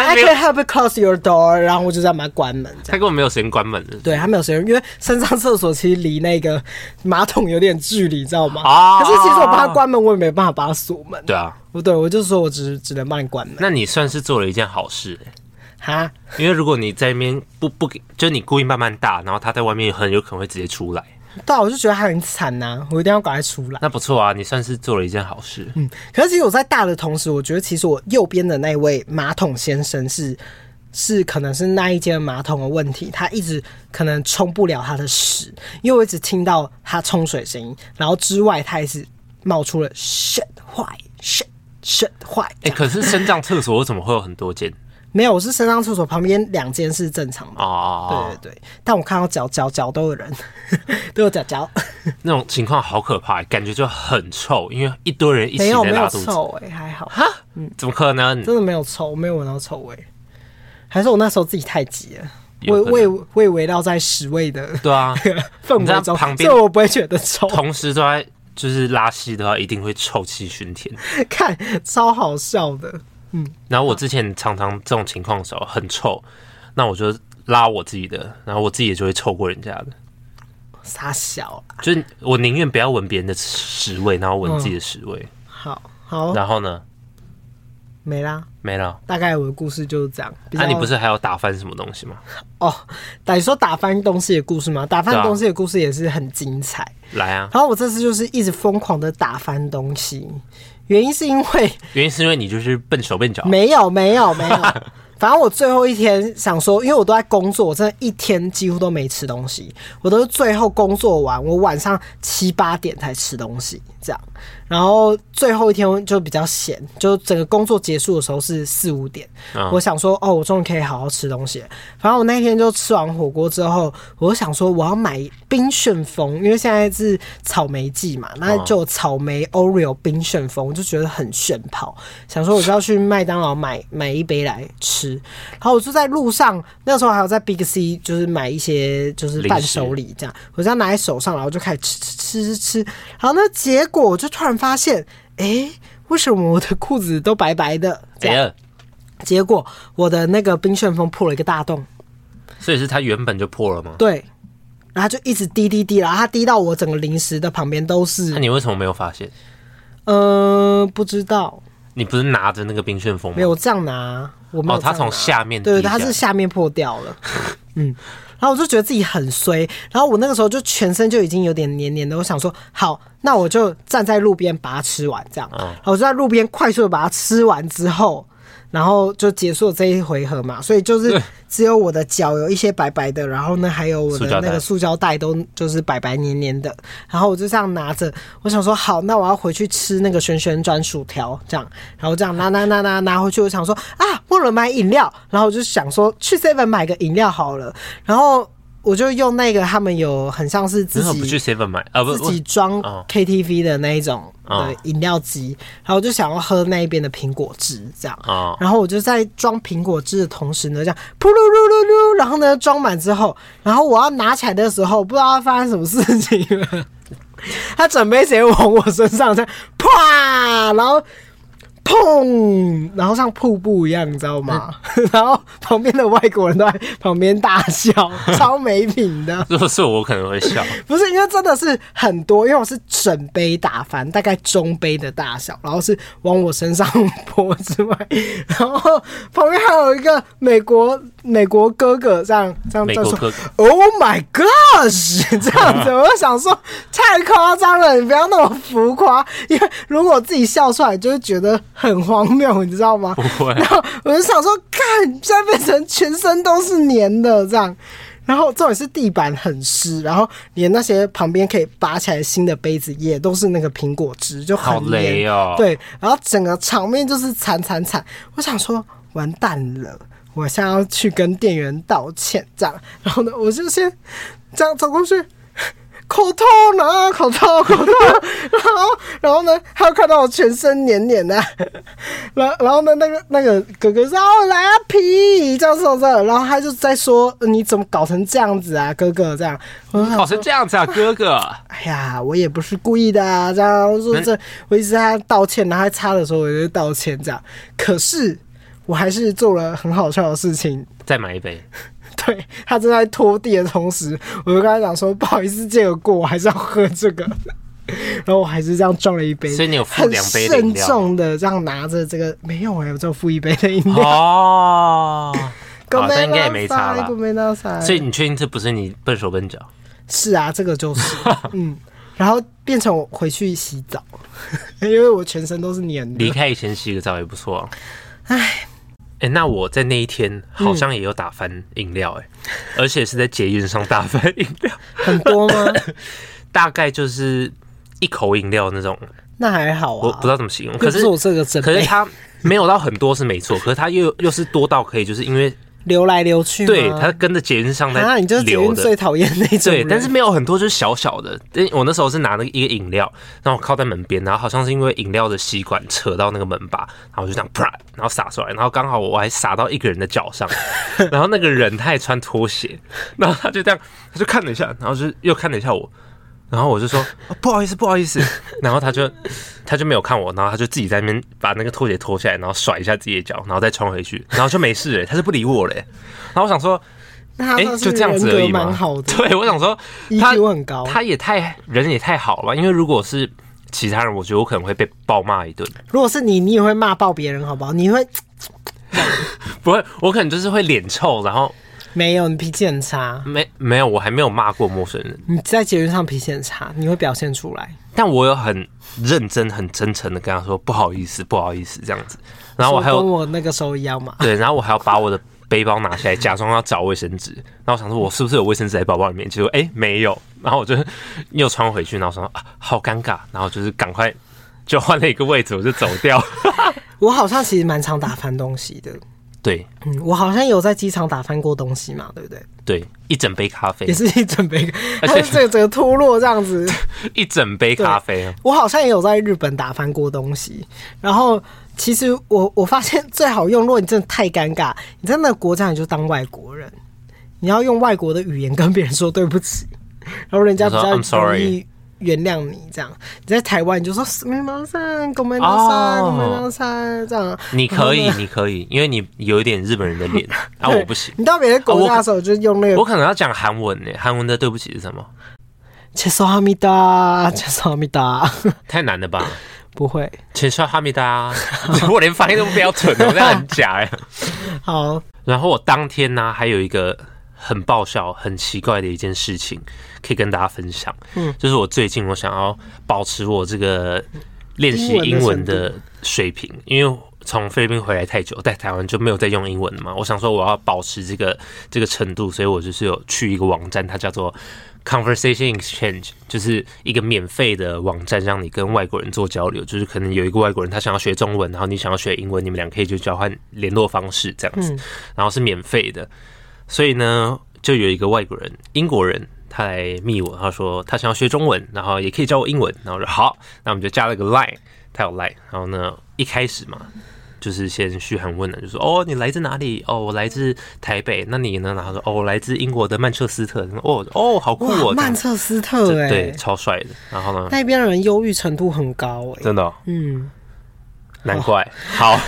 Speaker 1: ？I
Speaker 2: 没
Speaker 1: can
Speaker 2: 有
Speaker 1: help you close your door，然后我就让他关门。
Speaker 2: 他根本没有时间关门的。
Speaker 1: 对他没有时间，因为身上厕所其实离那个马桶有点距离，你知道吗？
Speaker 2: 啊
Speaker 1: 可是其实我帮他关门，我也没办法帮他锁 门。
Speaker 2: 对啊，
Speaker 1: 不对，我就说我只只能帮你关门
Speaker 2: 那你算是做了一件好事、欸
Speaker 1: 哈。
Speaker 2: 因为如果你在那边不不给，就是你故意慢慢大，然后他在外面很有可能会直接出来，
Speaker 1: 对啊，我就觉得他很惨呐、我一定要赶快出来。
Speaker 2: 那不错啊，你算是做了一件好事。
Speaker 1: 嗯，可是其实我在大的同时，我觉得其实我右边的那位马桶先生是是可能是那一间马桶的问题，他一直可能冲不了他的屎，因为我一直听到他冲水声音，然后之外他也是冒出了 shit 坏 shit shit 坏，
Speaker 2: 哎、可是深藏厕所为什么会有很多间？
Speaker 1: 没有，我是身上厕所旁边两间是正常的。
Speaker 2: 哦，
Speaker 1: 对对对，但我看到脚脚脚都有人， 都有脚脚，
Speaker 2: 那种情况好可怕、感觉就很臭，因为一堆人一
Speaker 1: 没
Speaker 2: 起
Speaker 1: 有
Speaker 2: 在
Speaker 1: 没
Speaker 2: 拉
Speaker 1: 有
Speaker 2: 肚子，
Speaker 1: 臭哎、还好。
Speaker 2: 怎么可能？
Speaker 1: 真的没有臭，我没有闻到臭味，还是我那时候自己太急了。
Speaker 2: 有
Speaker 1: 我
Speaker 2: 可能
Speaker 1: 我也我也围绕在十位的
Speaker 2: 对啊，
Speaker 1: 氛
Speaker 2: 你知道
Speaker 1: 围中，
Speaker 2: 旁
Speaker 1: 所
Speaker 2: 边
Speaker 1: 以我不会觉得丑，
Speaker 2: 同时都在就是拉稀的话，一定会臭气熏天。
Speaker 1: 看超好笑的。
Speaker 2: 然后我之前常常这种情况的时候很臭，那我就拉我自己的，然后我自己也就会臭过人家的。
Speaker 1: 傻小啊，
Speaker 2: 就是我宁愿不要闻别人的屎味，然后闻自己的屎味。
Speaker 1: 嗯好好
Speaker 2: 然后呢，
Speaker 1: 没啦。
Speaker 2: 没了。
Speaker 1: 大概我的故事就是这样。比
Speaker 2: 那、
Speaker 1: 较
Speaker 2: 你不是还要打翻什么东西吗？
Speaker 1: 哦？打你说打翻东西的故事吗？打
Speaker 2: 对
Speaker 1: 翻
Speaker 2: 啊
Speaker 1: 东西的故事也是很精彩。
Speaker 2: 来啊！
Speaker 1: 然后我这次就是一直疯狂的打翻东西，原因是因为
Speaker 2: 原因是因为你就是笨手笨脚。啊
Speaker 1: 没有没有没有，反正我最后一天想说，因为我都在工作，我真的一天几乎都没吃东西，我都是最后工作完，我晚上七八点才吃东西这样，然后最后一天就比较闲，就整个工作结束的时候是四五点，
Speaker 2: 嗯
Speaker 1: 我想说哦，我终于可以好好吃东西了。反正我那天就吃完火锅之后，我就想说我要买冰旋风，因为现在是草莓季嘛，那
Speaker 2: 嗯
Speaker 1: 就有草莓 Oreo 冰旋风，我就觉得很炫跑，想说我就要去麦当劳买买一杯来吃。然后我就在路上，那时候还有在 Big C 就是买一些就是伴手礼这样，我就要拿在手上，然后就开始吃吃吃吃吃，然后那结果我就突然发现，诶，为什么我的裤子都白白的？这
Speaker 2: 哎
Speaker 1: 样。
Speaker 2: 呀，
Speaker 1: 结果我的那个冰旋风破了一个大洞，
Speaker 2: 所以是它原本就破了吗？
Speaker 1: 对，然后就一直滴滴滴，然后它滴到我整个零食的旁边都是
Speaker 2: 那，你为什么没有发现？
Speaker 1: 呃，不知道，
Speaker 2: 你不是拿着那个冰旋风吗？
Speaker 1: 没有我这样拿，我没有
Speaker 2: 哦，它
Speaker 1: 这样拿
Speaker 2: 从下面
Speaker 1: 对，
Speaker 2: 滴下
Speaker 1: 它
Speaker 2: 来
Speaker 1: 是下面破掉了， 嗯，然后我就觉得自己很衰，然后我那个时候就全身就已经有点黏黏的，我想说，好，那我就站在路边把它吃完，这样，
Speaker 2: 嗯
Speaker 1: 然后我就在路边快速的把它吃完之后。然后就结束了这一回合嘛，所以就是只有我的脚有一些白白的，然后呢，还有我的
Speaker 2: 塑胶
Speaker 1: 那个
Speaker 2: 袋
Speaker 1: 塑胶袋都就是白白黏黏的，然后我就这样拿着，我想说好，那我要回去吃那个旋旋转薯条，这样，然后这样拿拿拿拿拿回去，我想说啊，忘了买饮料，然后我就想说去 seven 买个饮料好了，然后我就用那个他们有很像是自
Speaker 2: 你怎么不去
Speaker 1: 己
Speaker 2: Seven 买啊？不
Speaker 1: 自己
Speaker 2: 不，
Speaker 1: 装
Speaker 2: 哦
Speaker 1: KTV 的那一种的
Speaker 2: 哦
Speaker 1: 饮料机，然后我就想要喝那一边的苹果汁，这样，
Speaker 2: 哦
Speaker 1: 然后我就在装苹果汁的同时呢，这样噗噜噜噜噜，然后呢装满之后，然后我要拿起来的时候，不知道发生什么事情了， 他整杯直接往我身上这样啪，然后。砰！然后像瀑布一样，你知道吗？ 然后旁边的外国人都在旁边大笑，超没品的。
Speaker 2: 如果是我，我可能 会笑。
Speaker 1: 不是，因为真的是很多，因为我是整杯打翻，大概中杯的大小，然后是往我身上 泼之外，然后旁边还有一个美国美国哥哥这样这样
Speaker 2: 美
Speaker 1: 就
Speaker 2: 国
Speaker 1: 说
Speaker 2: 哥哥
Speaker 1: ，Oh my gosh，这样子，我就想说太夸张了，你不要那么浮夸，因为如果我自己笑出来，就会觉得很荒谬，你知道吗？
Speaker 2: 不会
Speaker 1: 然后我就想说，看，现在变成全身都是黏的这样。然后重点是地板很湿，然后连那些旁边可以拔起来新的杯子也都是那个苹果汁，就很
Speaker 2: 好雷
Speaker 1: 黏
Speaker 2: 哦
Speaker 1: 对，然后整个场面就是惨惨惨。我想说，完蛋了，我现在要去跟店员道歉这样。然后呢，我就先这样走过去。口痛呢，口痛，口痛，然后，然后呢，他又看到我全身黏黏的，然后然后呢，那个那个哥哥说：“哦，来啊，皮，这样这样这样。”然后他就在说：“呃你怎么搞成这样子啊，哥哥？”这样，我就想
Speaker 2: 搞成这样子啊，哥哥！
Speaker 1: 哎呀，我也不是故意的啊，这样我说这，我一直在他道歉，然后他擦的时候我就道歉这样，可是我还是做了很好笑的事情。
Speaker 2: 再买一杯，
Speaker 1: 对他正在拖地的同时，我就跟他讲说不好意思借个过，我还是要喝这个。 然后我还是这样装了一杯，
Speaker 2: 所以你有付两杯的
Speaker 1: 很
Speaker 2: 饮
Speaker 1: 慎
Speaker 2: 料
Speaker 1: 重的这样拿着这个，没有哎、我只有付一杯的饮料。
Speaker 2: 哦，
Speaker 1: ご
Speaker 2: 好，
Speaker 1: め
Speaker 2: 那
Speaker 1: ん
Speaker 2: 应该也没差
Speaker 1: なさい
Speaker 2: 啦
Speaker 1: ご。めんなさい
Speaker 2: 所以你确定这不是你笨手笨脚？
Speaker 1: 是啊，这个 就是，嗯，然后变成我回去洗澡， 因为我全身都是黏的
Speaker 2: 离。开以前洗个澡也不错、啊。哎、那我在那一天好像也有打翻饮料、 哎、而且是在捷运上打翻饮料，
Speaker 1: 很多 吗？
Speaker 2: 大概就是一口饮料那种，
Speaker 1: 那还好
Speaker 2: 我
Speaker 1: 啊。
Speaker 2: 不知道怎么形容。
Speaker 1: 又
Speaker 2: 可
Speaker 1: 不
Speaker 2: 是
Speaker 1: 是我这个整
Speaker 2: 可是
Speaker 1: 杯，
Speaker 2: 它没有到很多是没错，可是它又又是多到可以，就是因为
Speaker 1: 流来流去吗？
Speaker 2: 对，它跟着捷运上
Speaker 1: 啊，
Speaker 2: 在
Speaker 1: 你就是捷
Speaker 2: 流
Speaker 1: 运
Speaker 2: 的。
Speaker 1: 最讨厌那种
Speaker 2: 对，
Speaker 1: 人
Speaker 2: 但是没有很多，就是小小的。因为我那时候是拿那个一个饮料，然后我靠在门边，然后好像是因为饮料的吸管扯到那个门把，然后我就这样啪，然后洒出来，然后刚好我还洒到一个人的脚 上，然后那个人他也穿拖鞋，然后他就这样，他就看了一下，然后就又看了一下我，然后我就说、哦不好意思，不好意思， 然后他就他就没有看我，然后他就自己在那边把那个拖鞋脱下来，然后甩一下自己的脚，然后再穿回去，然后就没事了、他是不理我嘞、然后我想说。
Speaker 1: 那他
Speaker 2: 哎、
Speaker 1: 算是
Speaker 2: 就这样子而
Speaker 1: 人
Speaker 2: 已
Speaker 1: 格
Speaker 2: 嘛。
Speaker 1: 蛮好的，
Speaker 2: 对，我想说他
Speaker 1: ，EQ ，E 很高。
Speaker 2: 他也太人也太好了吧，因为如果是其他人，我觉得我可能会被暴骂一顿。
Speaker 1: 如果是你，你也会骂爆别人，好不好？你会
Speaker 2: 不会，我可能就是会脸臭，然后
Speaker 1: 没有，你脾气很差。
Speaker 2: 没没有，我还没有骂过陌生人，
Speaker 1: 你在节目上脾气很差，你会表现出来。
Speaker 2: 但我有很认真、很真诚的跟他说不好意思，不好意思这样子。然哦后我还
Speaker 1: 说
Speaker 2: 有
Speaker 1: 跟我那个时候一样嘛。
Speaker 2: 对，然后我还要把我的背包拿下来，假装要找卫生纸。然后我想说，我是不是有卫生纸在包包里面？结果哎、没有。然后我就又穿回去，然后说啊，好尴尬。然后就是赶快就换了一个位置，我就走掉。
Speaker 1: 我好像其实蛮常打翻东西的，
Speaker 2: 对
Speaker 1: 嗯，我好像有在机场打翻过东西嘛，对不对？
Speaker 2: 对，一整杯咖啡
Speaker 1: 也，是一准备，
Speaker 2: 而且
Speaker 1: 它是这个整个脱落这样子。
Speaker 2: 一整杯咖啡哦。
Speaker 1: 我好像也有在日本打翻过东西，然后其实我我发现最好用，如果你真的太尴尬，你在那个国家你就当外国人，你要用外国的语言跟别人说对不起，然后人家比
Speaker 2: 你说
Speaker 1: 较
Speaker 2: "I'm sorry
Speaker 1: 容易原谅你这样。你在台湾你就说“没毛山，狗没毛山，
Speaker 2: 哦
Speaker 1: 狗没毛山”这样。
Speaker 2: 你可以，你可以，因为你有一点日本人的脸啊，我不行。
Speaker 1: 你到别的国家的时候就用那个
Speaker 2: 我可能要讲韩文呢，韩文的对不起是什么？
Speaker 1: “切索哈密达，切索哈密达
Speaker 2: 太难了吧？”，
Speaker 1: 不会。
Speaker 2: 请说哈密达，啊 我连发音都标准了，我这样很假哎。
Speaker 1: 好，
Speaker 2: 然后我当天呢、还有一个很爆笑、很奇怪的一件事情，可以跟大家分享。嗯，就是我最近我想要保持我这个练习英文的水平，因为从菲律宾回来太久，在台湾就没有在用英文了嘛。我想说我要保持这个这个程度，所以我就是有去一个网站，它叫做 Conversation Exchange，就是一个免费的网站，让你跟外国人做交流。就是可能有一个外国人他想要学中文，然后你想要学英文，你们俩可以就交换联络方式这样子，然后是免费的。所以呢，就有一个外国人，英国人。他来密我，他说他想要学中文，然后也可以教我英文，然后我说好，那我们就加了个 Line，他有 Line，然后呢，一开始嘛，就是先嘘寒问暖，就说哦，你来自哪里？哦，我来自台北。那你呢？然后说哦，我来自英国的曼彻斯特。哦哦，好酷
Speaker 1: 哇，
Speaker 2: 哦！
Speaker 1: 曼彻斯特哎、
Speaker 2: 这对，超帅的。然后呢？
Speaker 1: 那边的人忧郁程度很高哎、
Speaker 2: 真的哦、
Speaker 1: 嗯，
Speaker 2: 难怪。好，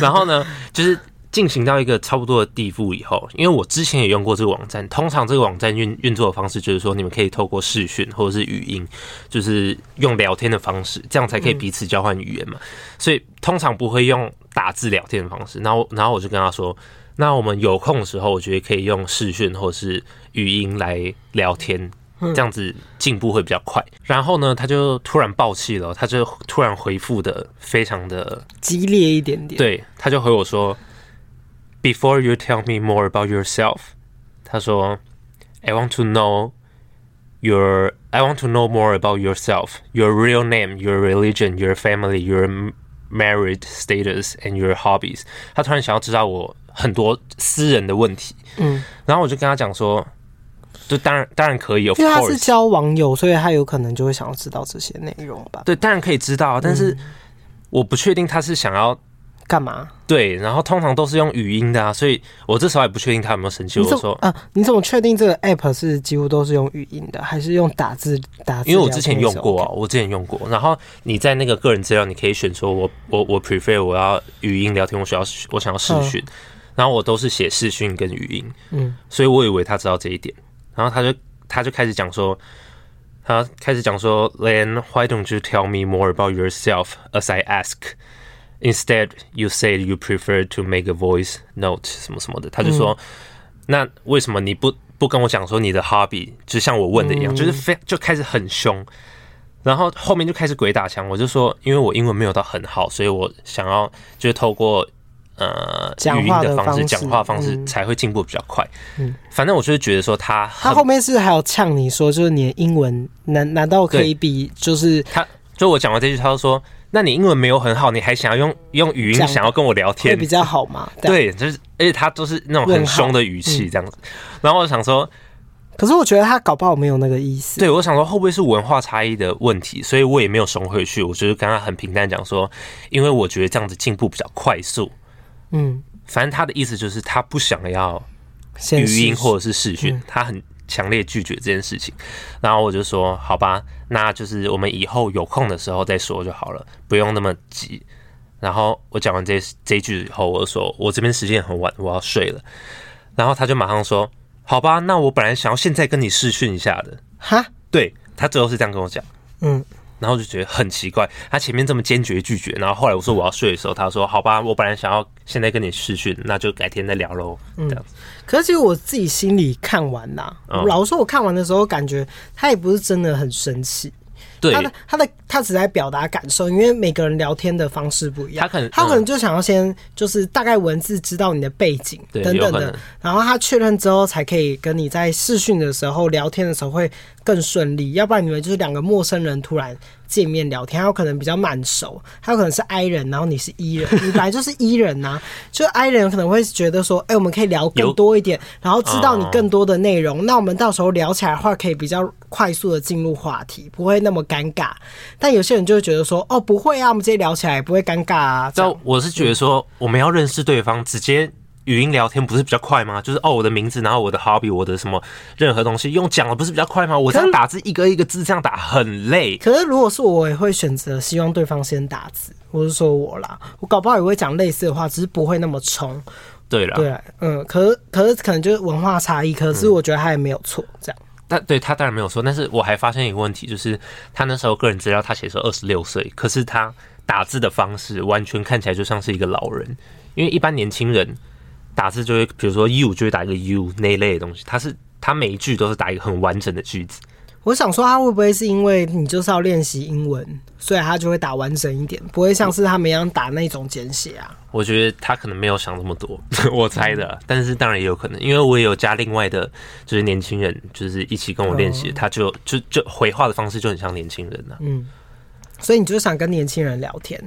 Speaker 2: 然后呢，就是进行到一个差不多的地步以后，因为我之前也用过这个网站，通常这个网站运运作的方式就是说，你们可以透过视讯或者是语音，就是用聊天的方式，这样才可以彼此交换语言嘛。所以通常不会用打字聊天的方式。然后，然后我就跟他说。那我们有空的时候，我觉得可以用视讯或是语音来聊天，
Speaker 1: 嗯
Speaker 2: 这样子进步会比较快。然后呢，他就突然爆气了，他就突然回复的非常的
Speaker 1: 激烈一点点。
Speaker 2: 对，他就回我说，Before you tell me more about yourself，他说，I want to know your I want to know more about yourself, your real name, your religion, your family, your m- married status and your hobbies。他突然想要知道我很多私人的问题，
Speaker 1: 嗯，
Speaker 2: 然后我就跟他讲说，就当然当然可以，of
Speaker 1: 因为他是
Speaker 2: course，
Speaker 1: 交网友，所以他有可能就会想要知道这些内容吧？
Speaker 2: 对，当然可以知道啊，但
Speaker 1: 嗯
Speaker 2: 是我不确定他是想要
Speaker 1: 干嘛？
Speaker 2: 对，然后通常都是用语音的啊，所以我这时候还不确定他有没有生气。
Speaker 1: 你
Speaker 2: 我
Speaker 1: 怎么
Speaker 2: 说，
Speaker 1: 啊、你怎么确定这个 app 是几乎都是用语音的，还是用打字打字？
Speaker 2: 因为我之前用过
Speaker 1: 哦
Speaker 2: 啊，，我之前用过。然后你在那个个人资料，你可以选说我我我 prefer 我要语音聊天，我需要我想要视讯，然后我都是写视讯跟语音，
Speaker 1: 嗯，
Speaker 2: 所以我以为他知道这一点，然后他就他就开始讲说。他开始讲说，Then why don't you tell me more about yourself as I ask? Instead, you said you prefer to make a voice note 什么什么的。他就说，
Speaker 1: 嗯
Speaker 2: 那为什么你不不跟我讲说你的 hobby？就像我问的一
Speaker 1: 嗯
Speaker 2: 样，就是非就开始很凶，然后后面就开始鬼打墙。我就说，因为我英文没有到很好，所以我想要就是透过呃
Speaker 1: 讲
Speaker 2: 语音
Speaker 1: 话
Speaker 2: 的
Speaker 1: 的
Speaker 2: 方式、
Speaker 1: 方
Speaker 2: 讲
Speaker 1: 式
Speaker 2: 话方式
Speaker 1: 嗯
Speaker 2: 才会进步比较快。反正我就是觉得说他很
Speaker 1: 他后面是还有呛你说，就是你的英文难难道可以比就是
Speaker 2: 他就我讲完这句，他就说：“那你英文没有很好，你还想要用用语音
Speaker 1: 讲
Speaker 2: 想要跟我聊
Speaker 1: 会
Speaker 2: 天
Speaker 1: 比？较好吗？这样，嗯
Speaker 2: 对，就是而且他都是那种很凶的语气这样子。然后我想说，
Speaker 1: 可是我觉得他搞不好没有那个意思。
Speaker 2: 对我想说会不会是文化差异的问题，所以我也没有凶回去，我就是跟他很平淡讲说，因为我觉得这样子进步比较快速。
Speaker 1: 嗯，
Speaker 2: 反正他的意思就是他不想要
Speaker 1: 先
Speaker 2: 语音
Speaker 1: 试
Speaker 2: 或者是视
Speaker 1: 嗯
Speaker 2: 讯，他很强烈拒绝这件事情。然后我就说，好吧，那就是我们以后有空的时候再说就好了，不用那么急。然后我讲完这这一句以后，我就说我这边时间很晚，我要睡了。然后他就马上说，好吧，那我本来想要现在跟你视讯一下的，
Speaker 1: 哈，
Speaker 2: 对他最后是这样跟我讲。
Speaker 1: 嗯，
Speaker 2: 然后就觉得很奇怪，他前面这么坚决拒绝，然后后来我说我要睡的时候，他说好吧，我本来想要现在跟你视讯，那就改天再聊喽。
Speaker 1: 嗯
Speaker 2: 这样子，
Speaker 1: 可是其实我自己心里看完啦，
Speaker 2: 嗯
Speaker 1: 老实说，我看完的时候感觉他也不是真的很生气，
Speaker 2: 对
Speaker 1: 他的他的他只在表达感受，因为每个人聊天的方式不一样，
Speaker 2: 他可能嗯
Speaker 1: 他可能就想要先就是大概文字知道你的背景
Speaker 2: 对
Speaker 1: 等
Speaker 2: 有
Speaker 1: 等
Speaker 2: 可
Speaker 1: 的
Speaker 2: 能，
Speaker 1: 然后他确认之后才可以跟你在视讯的时候聊天的时候会更顺利，要不然你们就是两个陌生人突然见面聊天，他有可能比较慢熟，他有可能是 I 人，然后你是 E 人，你本来就是 E 人呐、就 I 人有可能会觉得说，哎、我们可以聊
Speaker 2: 有
Speaker 1: 更多一点，然后知道你更多的内容，那我们到时候聊起来的话，可以比较快速的进入话题，不会那么尴尬。但有些人就会觉得说，哦，不会啊，我们直接聊起来也不会尴尬啊，这
Speaker 2: 但
Speaker 1: 样
Speaker 2: 我是觉得说，我们要认识对方，直接语音聊天不是比较快吗？就是哦，我的名字，然后我的 hobby，我的什么任何东西，用讲的不是比较快吗？我这样打字一个一个字这样打很累。
Speaker 1: 可是如果是我，我也会选择希望对方先打字。我是说我啦，我搞不好也会讲类似的话，只是不会那么冲。
Speaker 2: 对了，
Speaker 1: 对啊，嗯，可是可是可能就是文化差异，可是我觉得他也没有错，这样。
Speaker 2: 但对他当然没有说，但是我还发现一个问题，就是他那时候个人资料他写说二十六岁，可是他打字的方式完全看起来就像是一个老人，因为一般年轻人打字就会，比如说 you 就会打一个 you 那一类的东西，他是他每一句都是打一个很完整的句子，
Speaker 1: 我想说，他会不会是因为你就是要练习英文，所以他就会打完整一点，不会像是他们一样打那种简写啊？
Speaker 2: 我觉得他可能没有想这么 多，我猜的啊。
Speaker 1: 嗯
Speaker 2: 但是当然也有可能，因为我也有加另外的，就是年轻人，就是一起跟我练
Speaker 1: 嗯
Speaker 2: 习，他就就就回话的方式就很像年轻人了、啊。
Speaker 1: 所以你就想跟年轻人聊天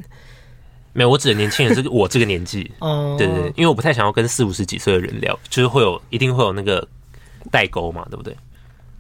Speaker 2: 没有，我指的年轻人是我这个年纪，
Speaker 1: 哦、
Speaker 2: 对对对，因为我不太想要跟四五十几岁的人聊，就是会有一定会有那个代沟嘛，对不对？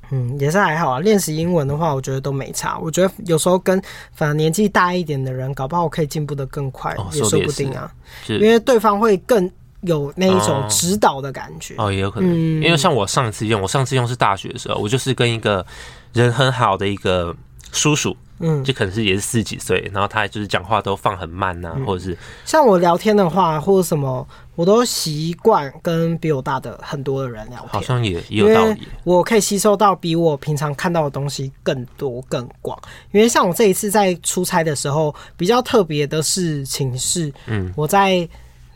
Speaker 1: 嗯，也是还好啊。练习英文的话，我觉得都没差。我觉得有时候跟反而年纪大一点的人，搞不好我可以进步的更快，
Speaker 2: 哦
Speaker 1: 也
Speaker 2: 说
Speaker 1: 说
Speaker 2: 得
Speaker 1: 不
Speaker 2: 也是
Speaker 1: 定啊。
Speaker 2: 就是
Speaker 1: 因为对方会更有那一种
Speaker 2: 哦
Speaker 1: 指导的感觉。
Speaker 2: 哦，也有可能，
Speaker 1: 嗯
Speaker 2: 因为像我上一次用，我上次用是大学的时候，我就是跟一个人很好的一个叔叔，
Speaker 1: 嗯，
Speaker 2: 就可能是也是四十几岁，然后他就是讲话都放很慢
Speaker 1: 嗯
Speaker 2: 呐、或者是
Speaker 1: 像我聊天的话，或者什么，我都习惯跟比我大的很多的人聊
Speaker 2: 好
Speaker 1: 天。
Speaker 2: 像也也
Speaker 1: 因
Speaker 2: 有
Speaker 1: 为
Speaker 2: 道理。
Speaker 1: 我可以吸收到比我平常看到的东西更多更广。因为像我这一次在出差的时候，比较特别的事情是，嗯，我在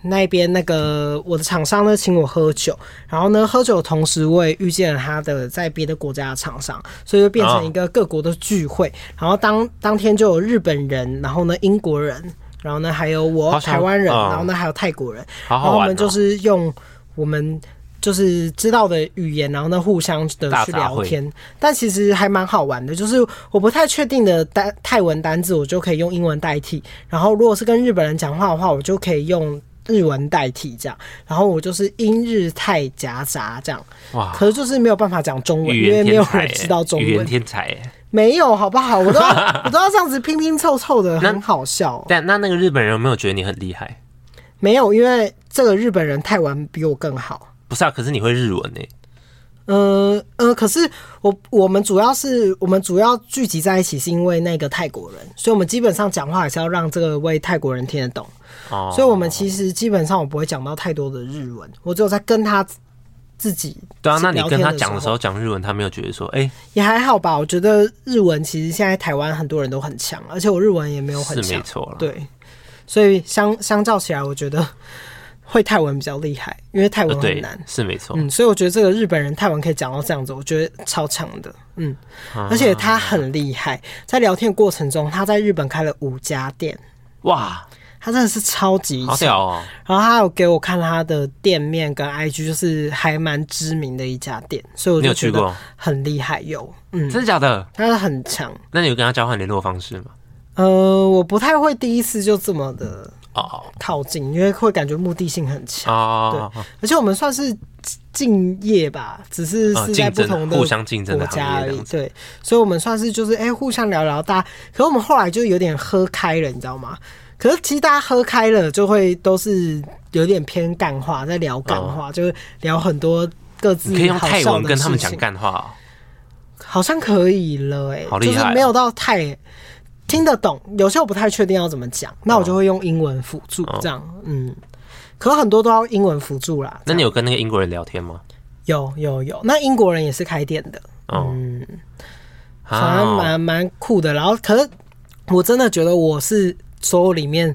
Speaker 1: 那边那个我的厂商呢请我喝酒，然后呢喝酒的同时我也遇见了他的在别的国家的厂商，所以就变成一个各国的聚会。然后当当天就有日本人，然后呢英国人。然后呢，还有我
Speaker 2: 好想
Speaker 1: 台湾人，
Speaker 2: 嗯
Speaker 1: 然后呢还有泰国人，
Speaker 2: 好
Speaker 1: 然
Speaker 2: 好
Speaker 1: 后我
Speaker 2: 玩、
Speaker 1: 们
Speaker 2: 哦，
Speaker 1: 就是用我们就是知道的语言，然后呢互相的
Speaker 2: 大
Speaker 1: 去
Speaker 2: 杂
Speaker 1: 聊
Speaker 2: 烩
Speaker 1: 天，但其实还蛮好玩的。就是我不太确定的单泰文单字，我就可以用英文代替；然后如果是跟日本人讲话的话，我就可以用日文代替这样。然后我就是英日泰夹杂这样，
Speaker 2: 哇，
Speaker 1: 可是就是没有办法讲中文，
Speaker 2: 语
Speaker 1: 因为
Speaker 2: 言
Speaker 1: 没
Speaker 2: 天
Speaker 1: 有
Speaker 2: 才、
Speaker 1: 人知道
Speaker 2: 欸，
Speaker 1: 中
Speaker 2: 语言
Speaker 1: 文，
Speaker 2: 天才、欸。
Speaker 1: 没有好不好？我都要我都要这样子拼拼凑凑的，
Speaker 2: 那
Speaker 1: 很好笑哦、
Speaker 2: 但那那个日本人有没有觉得你很厉害？
Speaker 1: 没有，因为这个日本人泰文比我更好。
Speaker 2: 不是啊，可是你会日文呢、
Speaker 1: 呃呃，可是我我们主要是我们主要聚集在一起，是因为那个泰国人，所以我们基本上讲话也是要让这个位泰国人听得懂。
Speaker 2: 哦，
Speaker 1: 所以我们其实基本上我不会讲到太多的日文，我只有在跟他自己
Speaker 2: 对啊，那你
Speaker 1: 聊天
Speaker 2: 跟他
Speaker 1: 的
Speaker 2: 讲的
Speaker 1: 时
Speaker 2: 时候讲日文，他没有觉得说，哎、
Speaker 1: 也还好吧。我觉得日文其实现在台湾很多人都很强，而且我日文也没有很
Speaker 2: 是没
Speaker 1: 强，
Speaker 2: 错了。，
Speaker 1: 对，所以相相较起来，我觉得会泰文比较厉害，因为泰
Speaker 2: 呃，
Speaker 1: 文很
Speaker 2: 对
Speaker 1: 难。，
Speaker 2: 是没错。
Speaker 1: 嗯，所以我觉得这个日本人泰文可以讲到这样子，我觉得超强的。嗯，
Speaker 2: 啊
Speaker 1: 而且他很厉害，在聊天过程中，他在日本开了五家店，
Speaker 2: 哇，
Speaker 1: 他真的是超级
Speaker 2: 好
Speaker 1: 强。
Speaker 2: 屌哦！
Speaker 1: 然后他有给我看他的店面跟 IG，就是还蛮知名的一家店，所以我
Speaker 2: 你
Speaker 1: 就
Speaker 2: 有
Speaker 1: 觉
Speaker 2: 去
Speaker 1: 得
Speaker 2: 过？
Speaker 1: 很厉害。有，嗯，
Speaker 2: 真的假的？
Speaker 1: 他很强。
Speaker 2: 那你有跟他交换联络方式吗？
Speaker 1: 呃，我不太会第一次就这么的
Speaker 2: 哦
Speaker 1: 靠近，因为会感觉目的性很强。
Speaker 2: 哦，
Speaker 1: 而且我们算是敬业吧，只是
Speaker 2: 啊
Speaker 1: 是在
Speaker 2: 竞
Speaker 1: 不
Speaker 2: 争
Speaker 1: 同的
Speaker 2: 互相竞争的
Speaker 1: 国
Speaker 2: 行
Speaker 1: 家
Speaker 2: 业
Speaker 1: 而
Speaker 2: 这
Speaker 1: 已
Speaker 2: 样。子
Speaker 1: 对，所以我们算是就是哎、互相聊聊，大家。可是我们后来就有点喝开了，你知道吗？可是其实大家喝开了，就会都是有点偏干话，在聊干话，就是聊很多各自
Speaker 2: 哦你可以用
Speaker 1: 好
Speaker 2: 泰
Speaker 1: 笑
Speaker 2: 文
Speaker 1: 的
Speaker 2: 跟他们
Speaker 1: 事
Speaker 2: 讲
Speaker 1: 情
Speaker 2: 干话哦。
Speaker 1: 好像可以了、欸，
Speaker 2: 好厉
Speaker 1: 就
Speaker 2: 害哦
Speaker 1: 是没有到太听得懂，有些我不太确定要怎么讲，那我就会用英文辅助
Speaker 2: 哦
Speaker 1: 这样，嗯。可很多都要英文辅助啦。
Speaker 2: 那
Speaker 1: 这样
Speaker 2: 你有跟那个英国人聊天吗？
Speaker 1: 有有有，那英国人也是开店的，
Speaker 2: 哦，
Speaker 1: 嗯，反正
Speaker 2: 啊，
Speaker 1: 蛮蛮酷的。然后，可是我真的觉得我是所有里面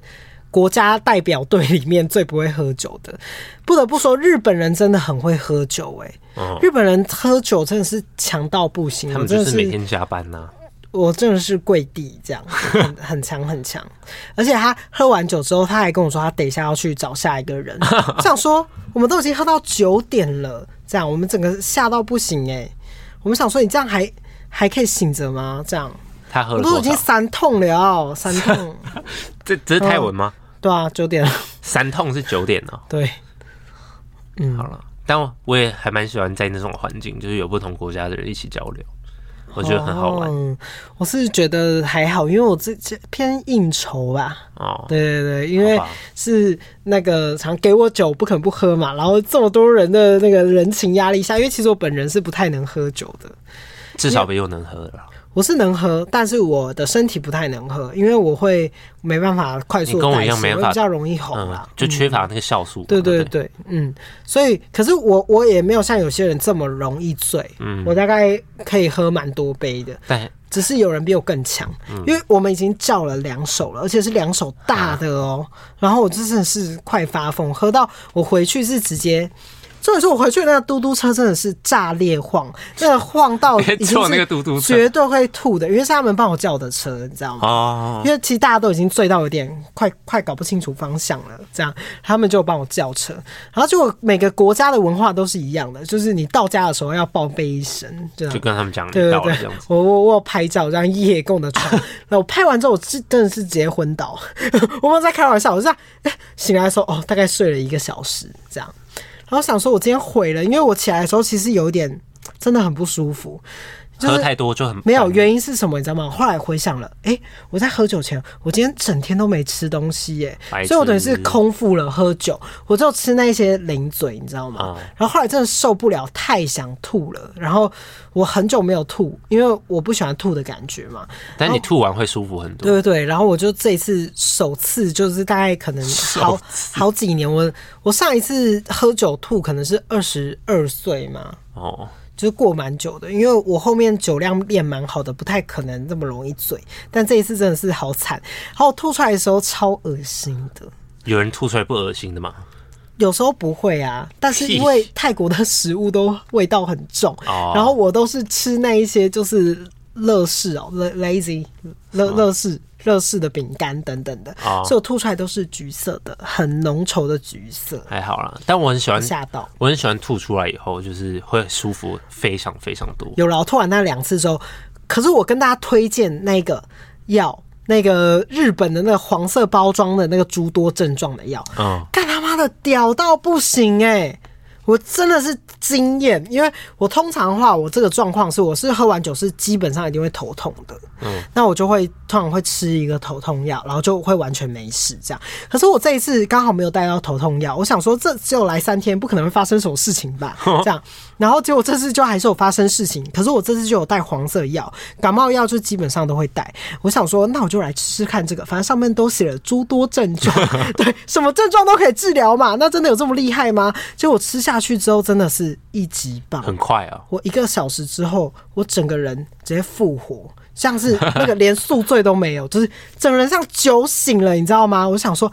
Speaker 1: 国家代表队里面最不会喝酒的。不得不说，日本人真的很会喝酒、欸，
Speaker 2: 哦
Speaker 1: 日本人喝酒真的是强到不行，
Speaker 2: 他
Speaker 1: 我
Speaker 2: 们
Speaker 1: 真
Speaker 2: 就
Speaker 1: 的
Speaker 2: 是每天加班呐。
Speaker 1: 我真的是跪地这样，很 很强很强。而且他喝完酒之后，他还跟我说他等一下要去找下一个 人。我想说，我们都已经喝到九点了，这样我们整个吓到不行哎、我们想说，你这样还还可以醒着吗？这样
Speaker 2: 他喝
Speaker 1: 我
Speaker 2: 了
Speaker 1: 都
Speaker 2: 多
Speaker 1: 已经
Speaker 2: 少？
Speaker 1: 三痛了，三 痛。
Speaker 2: 这这是泰文吗？
Speaker 1: 对啊，九点了。
Speaker 2: 三痛是九点哦。
Speaker 1: 对，嗯
Speaker 2: 好了，但我我也还蛮喜欢在那种环境，就是有不同国家的人一起交流，我觉得很好玩
Speaker 1: 嗯，我是觉得还好，因为我这这偏应酬吧。
Speaker 2: 哦。
Speaker 1: 对对对，因为
Speaker 2: 好吧
Speaker 1: 是那个常给我酒不肯不喝嘛，然后这么多人的那个人情压力下，因为其实我本人是不太能喝酒的，
Speaker 2: 至少比我能喝了。
Speaker 1: 我是能喝，但是我的身体不太能喝，因为我会没办法快速
Speaker 2: 你
Speaker 1: 地
Speaker 2: 跟我
Speaker 1: 代
Speaker 2: 一样
Speaker 1: 谢
Speaker 2: 没办法
Speaker 1: 比较容易红
Speaker 2: 嗯
Speaker 1: 啦，，
Speaker 2: 就缺乏那个酵素嘛。
Speaker 1: 对
Speaker 2: 对
Speaker 1: 对
Speaker 2: 不，
Speaker 1: 对，嗯，所以可是我我也没有像有些人这么容易醉，
Speaker 2: 嗯
Speaker 1: 我大概可以喝蛮多杯的，
Speaker 2: 但
Speaker 1: 只是有人比我更强，
Speaker 2: 嗯
Speaker 1: 因为我们已经叫了两手了，而且是两手大的哦、
Speaker 2: 啊
Speaker 1: 然后我真的是快发疯，喝到我回去是直接。重点是我回去那个嘟嘟车真的是炸裂晃，那个晃到已
Speaker 2: 你还
Speaker 1: 经
Speaker 2: 坐那个
Speaker 1: 是
Speaker 2: 嘟嘟车
Speaker 1: 绝对会吐的，因为是他们帮我叫的车，你知道吗？
Speaker 2: 哦，
Speaker 1: 因为其实大家都已经醉到有点快快搞不清楚方向了，这样他们就帮我叫车，然后结果每个国家的文化都是一样的，就是你到家的时候要报备一声，这样
Speaker 2: 就跟他们讲
Speaker 1: 对
Speaker 2: 你
Speaker 1: 对
Speaker 2: 到了这
Speaker 1: 对
Speaker 2: 样子，，
Speaker 1: 我我我有拍照，这样夜跟我的 床，然后我拍完之后，我是真的是直接昏倒， 我没有在开玩笑，我是这样、哎醒来的时候哦，大概睡了一个小时这样，然后想说我今天毁了，因为我起来的时候其实有一点真的很不舒服，就
Speaker 2: 喝
Speaker 1: 是
Speaker 2: 太多就很
Speaker 1: 没有哦
Speaker 2: 晕。
Speaker 1: 原因是什么，你知道吗？后来回想了，哎、我在喝酒前，我今天整天都没吃东西耶、
Speaker 2: 白痴
Speaker 1: 所以我等于是空腹了喝酒，我就吃那些零嘴，你知道吗？
Speaker 2: 嗯
Speaker 1: 然后后来真的受不了，太想吐了，然后我很久没有吐，因为我不喜欢吐的感觉嘛。
Speaker 2: 但你吐完会舒服很多
Speaker 1: 对。对对，然后我就这一次首次就是大概可能好好几年，我我上一次喝酒吐可能是二十二岁嘛，
Speaker 2: 哦，
Speaker 1: 就是过蛮久的，因为我后面酒量练蛮好的，不太可能这么容易醉。但这一次真的是好惨，然后吐出来的时候超恶心的。
Speaker 2: 有人吐出来不恶心的吗？
Speaker 1: 有时候不会啊，但是因为泰国的食物都味道很重，
Speaker 2: 哦
Speaker 1: 然后我都是吃那一些就是乐事哦，la-，lazy 乐乐事乐事的饼干等等的，
Speaker 2: 哦
Speaker 1: 所以我吐出来都是橘色的，很浓稠的橘色，
Speaker 2: 还好啦，但我很喜欢，
Speaker 1: 吓到。
Speaker 2: 我很喜欢吐出来以后，就是会舒服非常非常多。
Speaker 1: 有了，我吐完那两次之后，可是我跟大家推荐那个药，那个日本的那个黄色包装的那个诸多症状的药，
Speaker 2: 嗯，
Speaker 1: 干他妈的屌到不行哎、我真的是惊艳，因为我通常的话，我这个状况是我是喝完酒是基本上一定会头痛的，嗯，那我就会通常会吃一个头痛药，然后就会完全没事这样。可是我这一次刚好没有带到头痛药，我想说这只有来三天，不可能会发生什么事情吧，这样。然后结果这次就还是有发生事情，可是我这次就有带黄色药，感冒药就基本上都会带。我想说，那我就来吃吃看这个，反正上面都写了诸多症状，对，什么症状都可以治疗嘛。那真的有这么厉害吗？结果我吃下去之后，真的是一级棒。
Speaker 2: 很快哦。
Speaker 1: 我一个小时之后，我整个人直接复活，像是那个连宿醉都没有， 就是整个人像酒醒了，你知道吗？我想说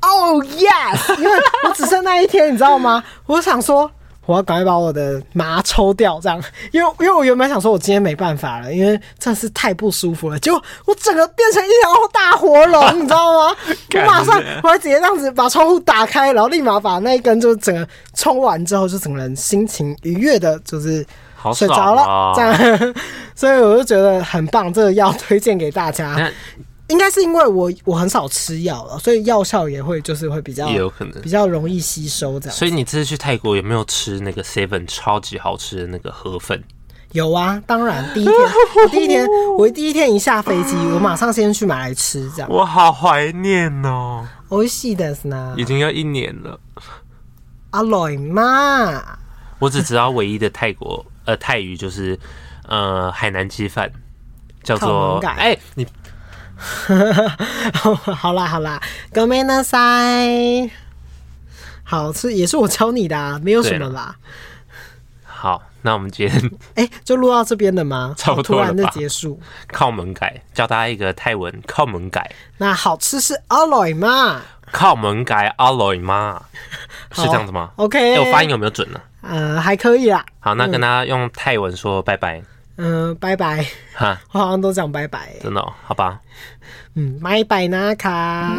Speaker 1: ，Oh yes，因为我只剩那一天，你知道吗？我想说。我要赶快把我的麻抽掉，这样，因为因为我原本想说，我今天没办法了，因为真的是太不舒服了。结果我整个变成一条大活龙，你知道吗？我
Speaker 2: 干
Speaker 1: 马上
Speaker 2: 你
Speaker 1: 我还直接这样子把窗户打开，然后立马把那一根就整个冲完之后，就整个人心情愉悦的，就是
Speaker 2: 好
Speaker 1: 睡
Speaker 2: 爽
Speaker 1: 着了，
Speaker 2: 啊
Speaker 1: 这样。所以我就觉得很棒，这个药推荐给大家。
Speaker 2: 那
Speaker 1: 应该是因为我我很少吃药了，所以药效也会就是会比较
Speaker 2: 也有可能
Speaker 1: 比。较容易吸收这样。
Speaker 2: 所以你这次去泰国有没有吃那个 Seven 超级好吃的那个河粉？
Speaker 1: 有啊，当然 第一天我第一天我第一天一下飞机，我马上先去买来吃这样。
Speaker 2: 我好怀念哦，
Speaker 1: 美味しいですね。
Speaker 2: 已经要一年了。
Speaker 1: 阿ロイ妈，
Speaker 2: 我只知道唯一的泰国呃泰语就是呃海南鸡饭，叫
Speaker 1: 靠
Speaker 2: 做
Speaker 1: 门改
Speaker 2: 哎、你
Speaker 1: 好啦好啦，ごめんなさい。好吃也是我教你的、啊，没有什么
Speaker 2: 对
Speaker 1: 啦。
Speaker 2: 好，那我们今天
Speaker 1: 哎、就录到这边了吗？
Speaker 2: 差不多
Speaker 1: 好
Speaker 2: 了
Speaker 1: 突
Speaker 2: 吧
Speaker 1: 然就结束。
Speaker 2: 靠门改教大家一个泰文靠门改
Speaker 1: 那好吃是阿ロイ妈，
Speaker 2: 靠门改阿罗 妈是这样子吗？
Speaker 1: ？OK，、
Speaker 2: 哎我发音有没有准呢、
Speaker 1: 呃还可以啦。
Speaker 2: 好，那跟大家用泰文说拜拜
Speaker 1: 嗯、拜拜，
Speaker 2: 哈，
Speaker 1: 我好像都讲拜拜、欸。
Speaker 2: 真的、哦、好吧。
Speaker 1: 嗯，拜拜那卡。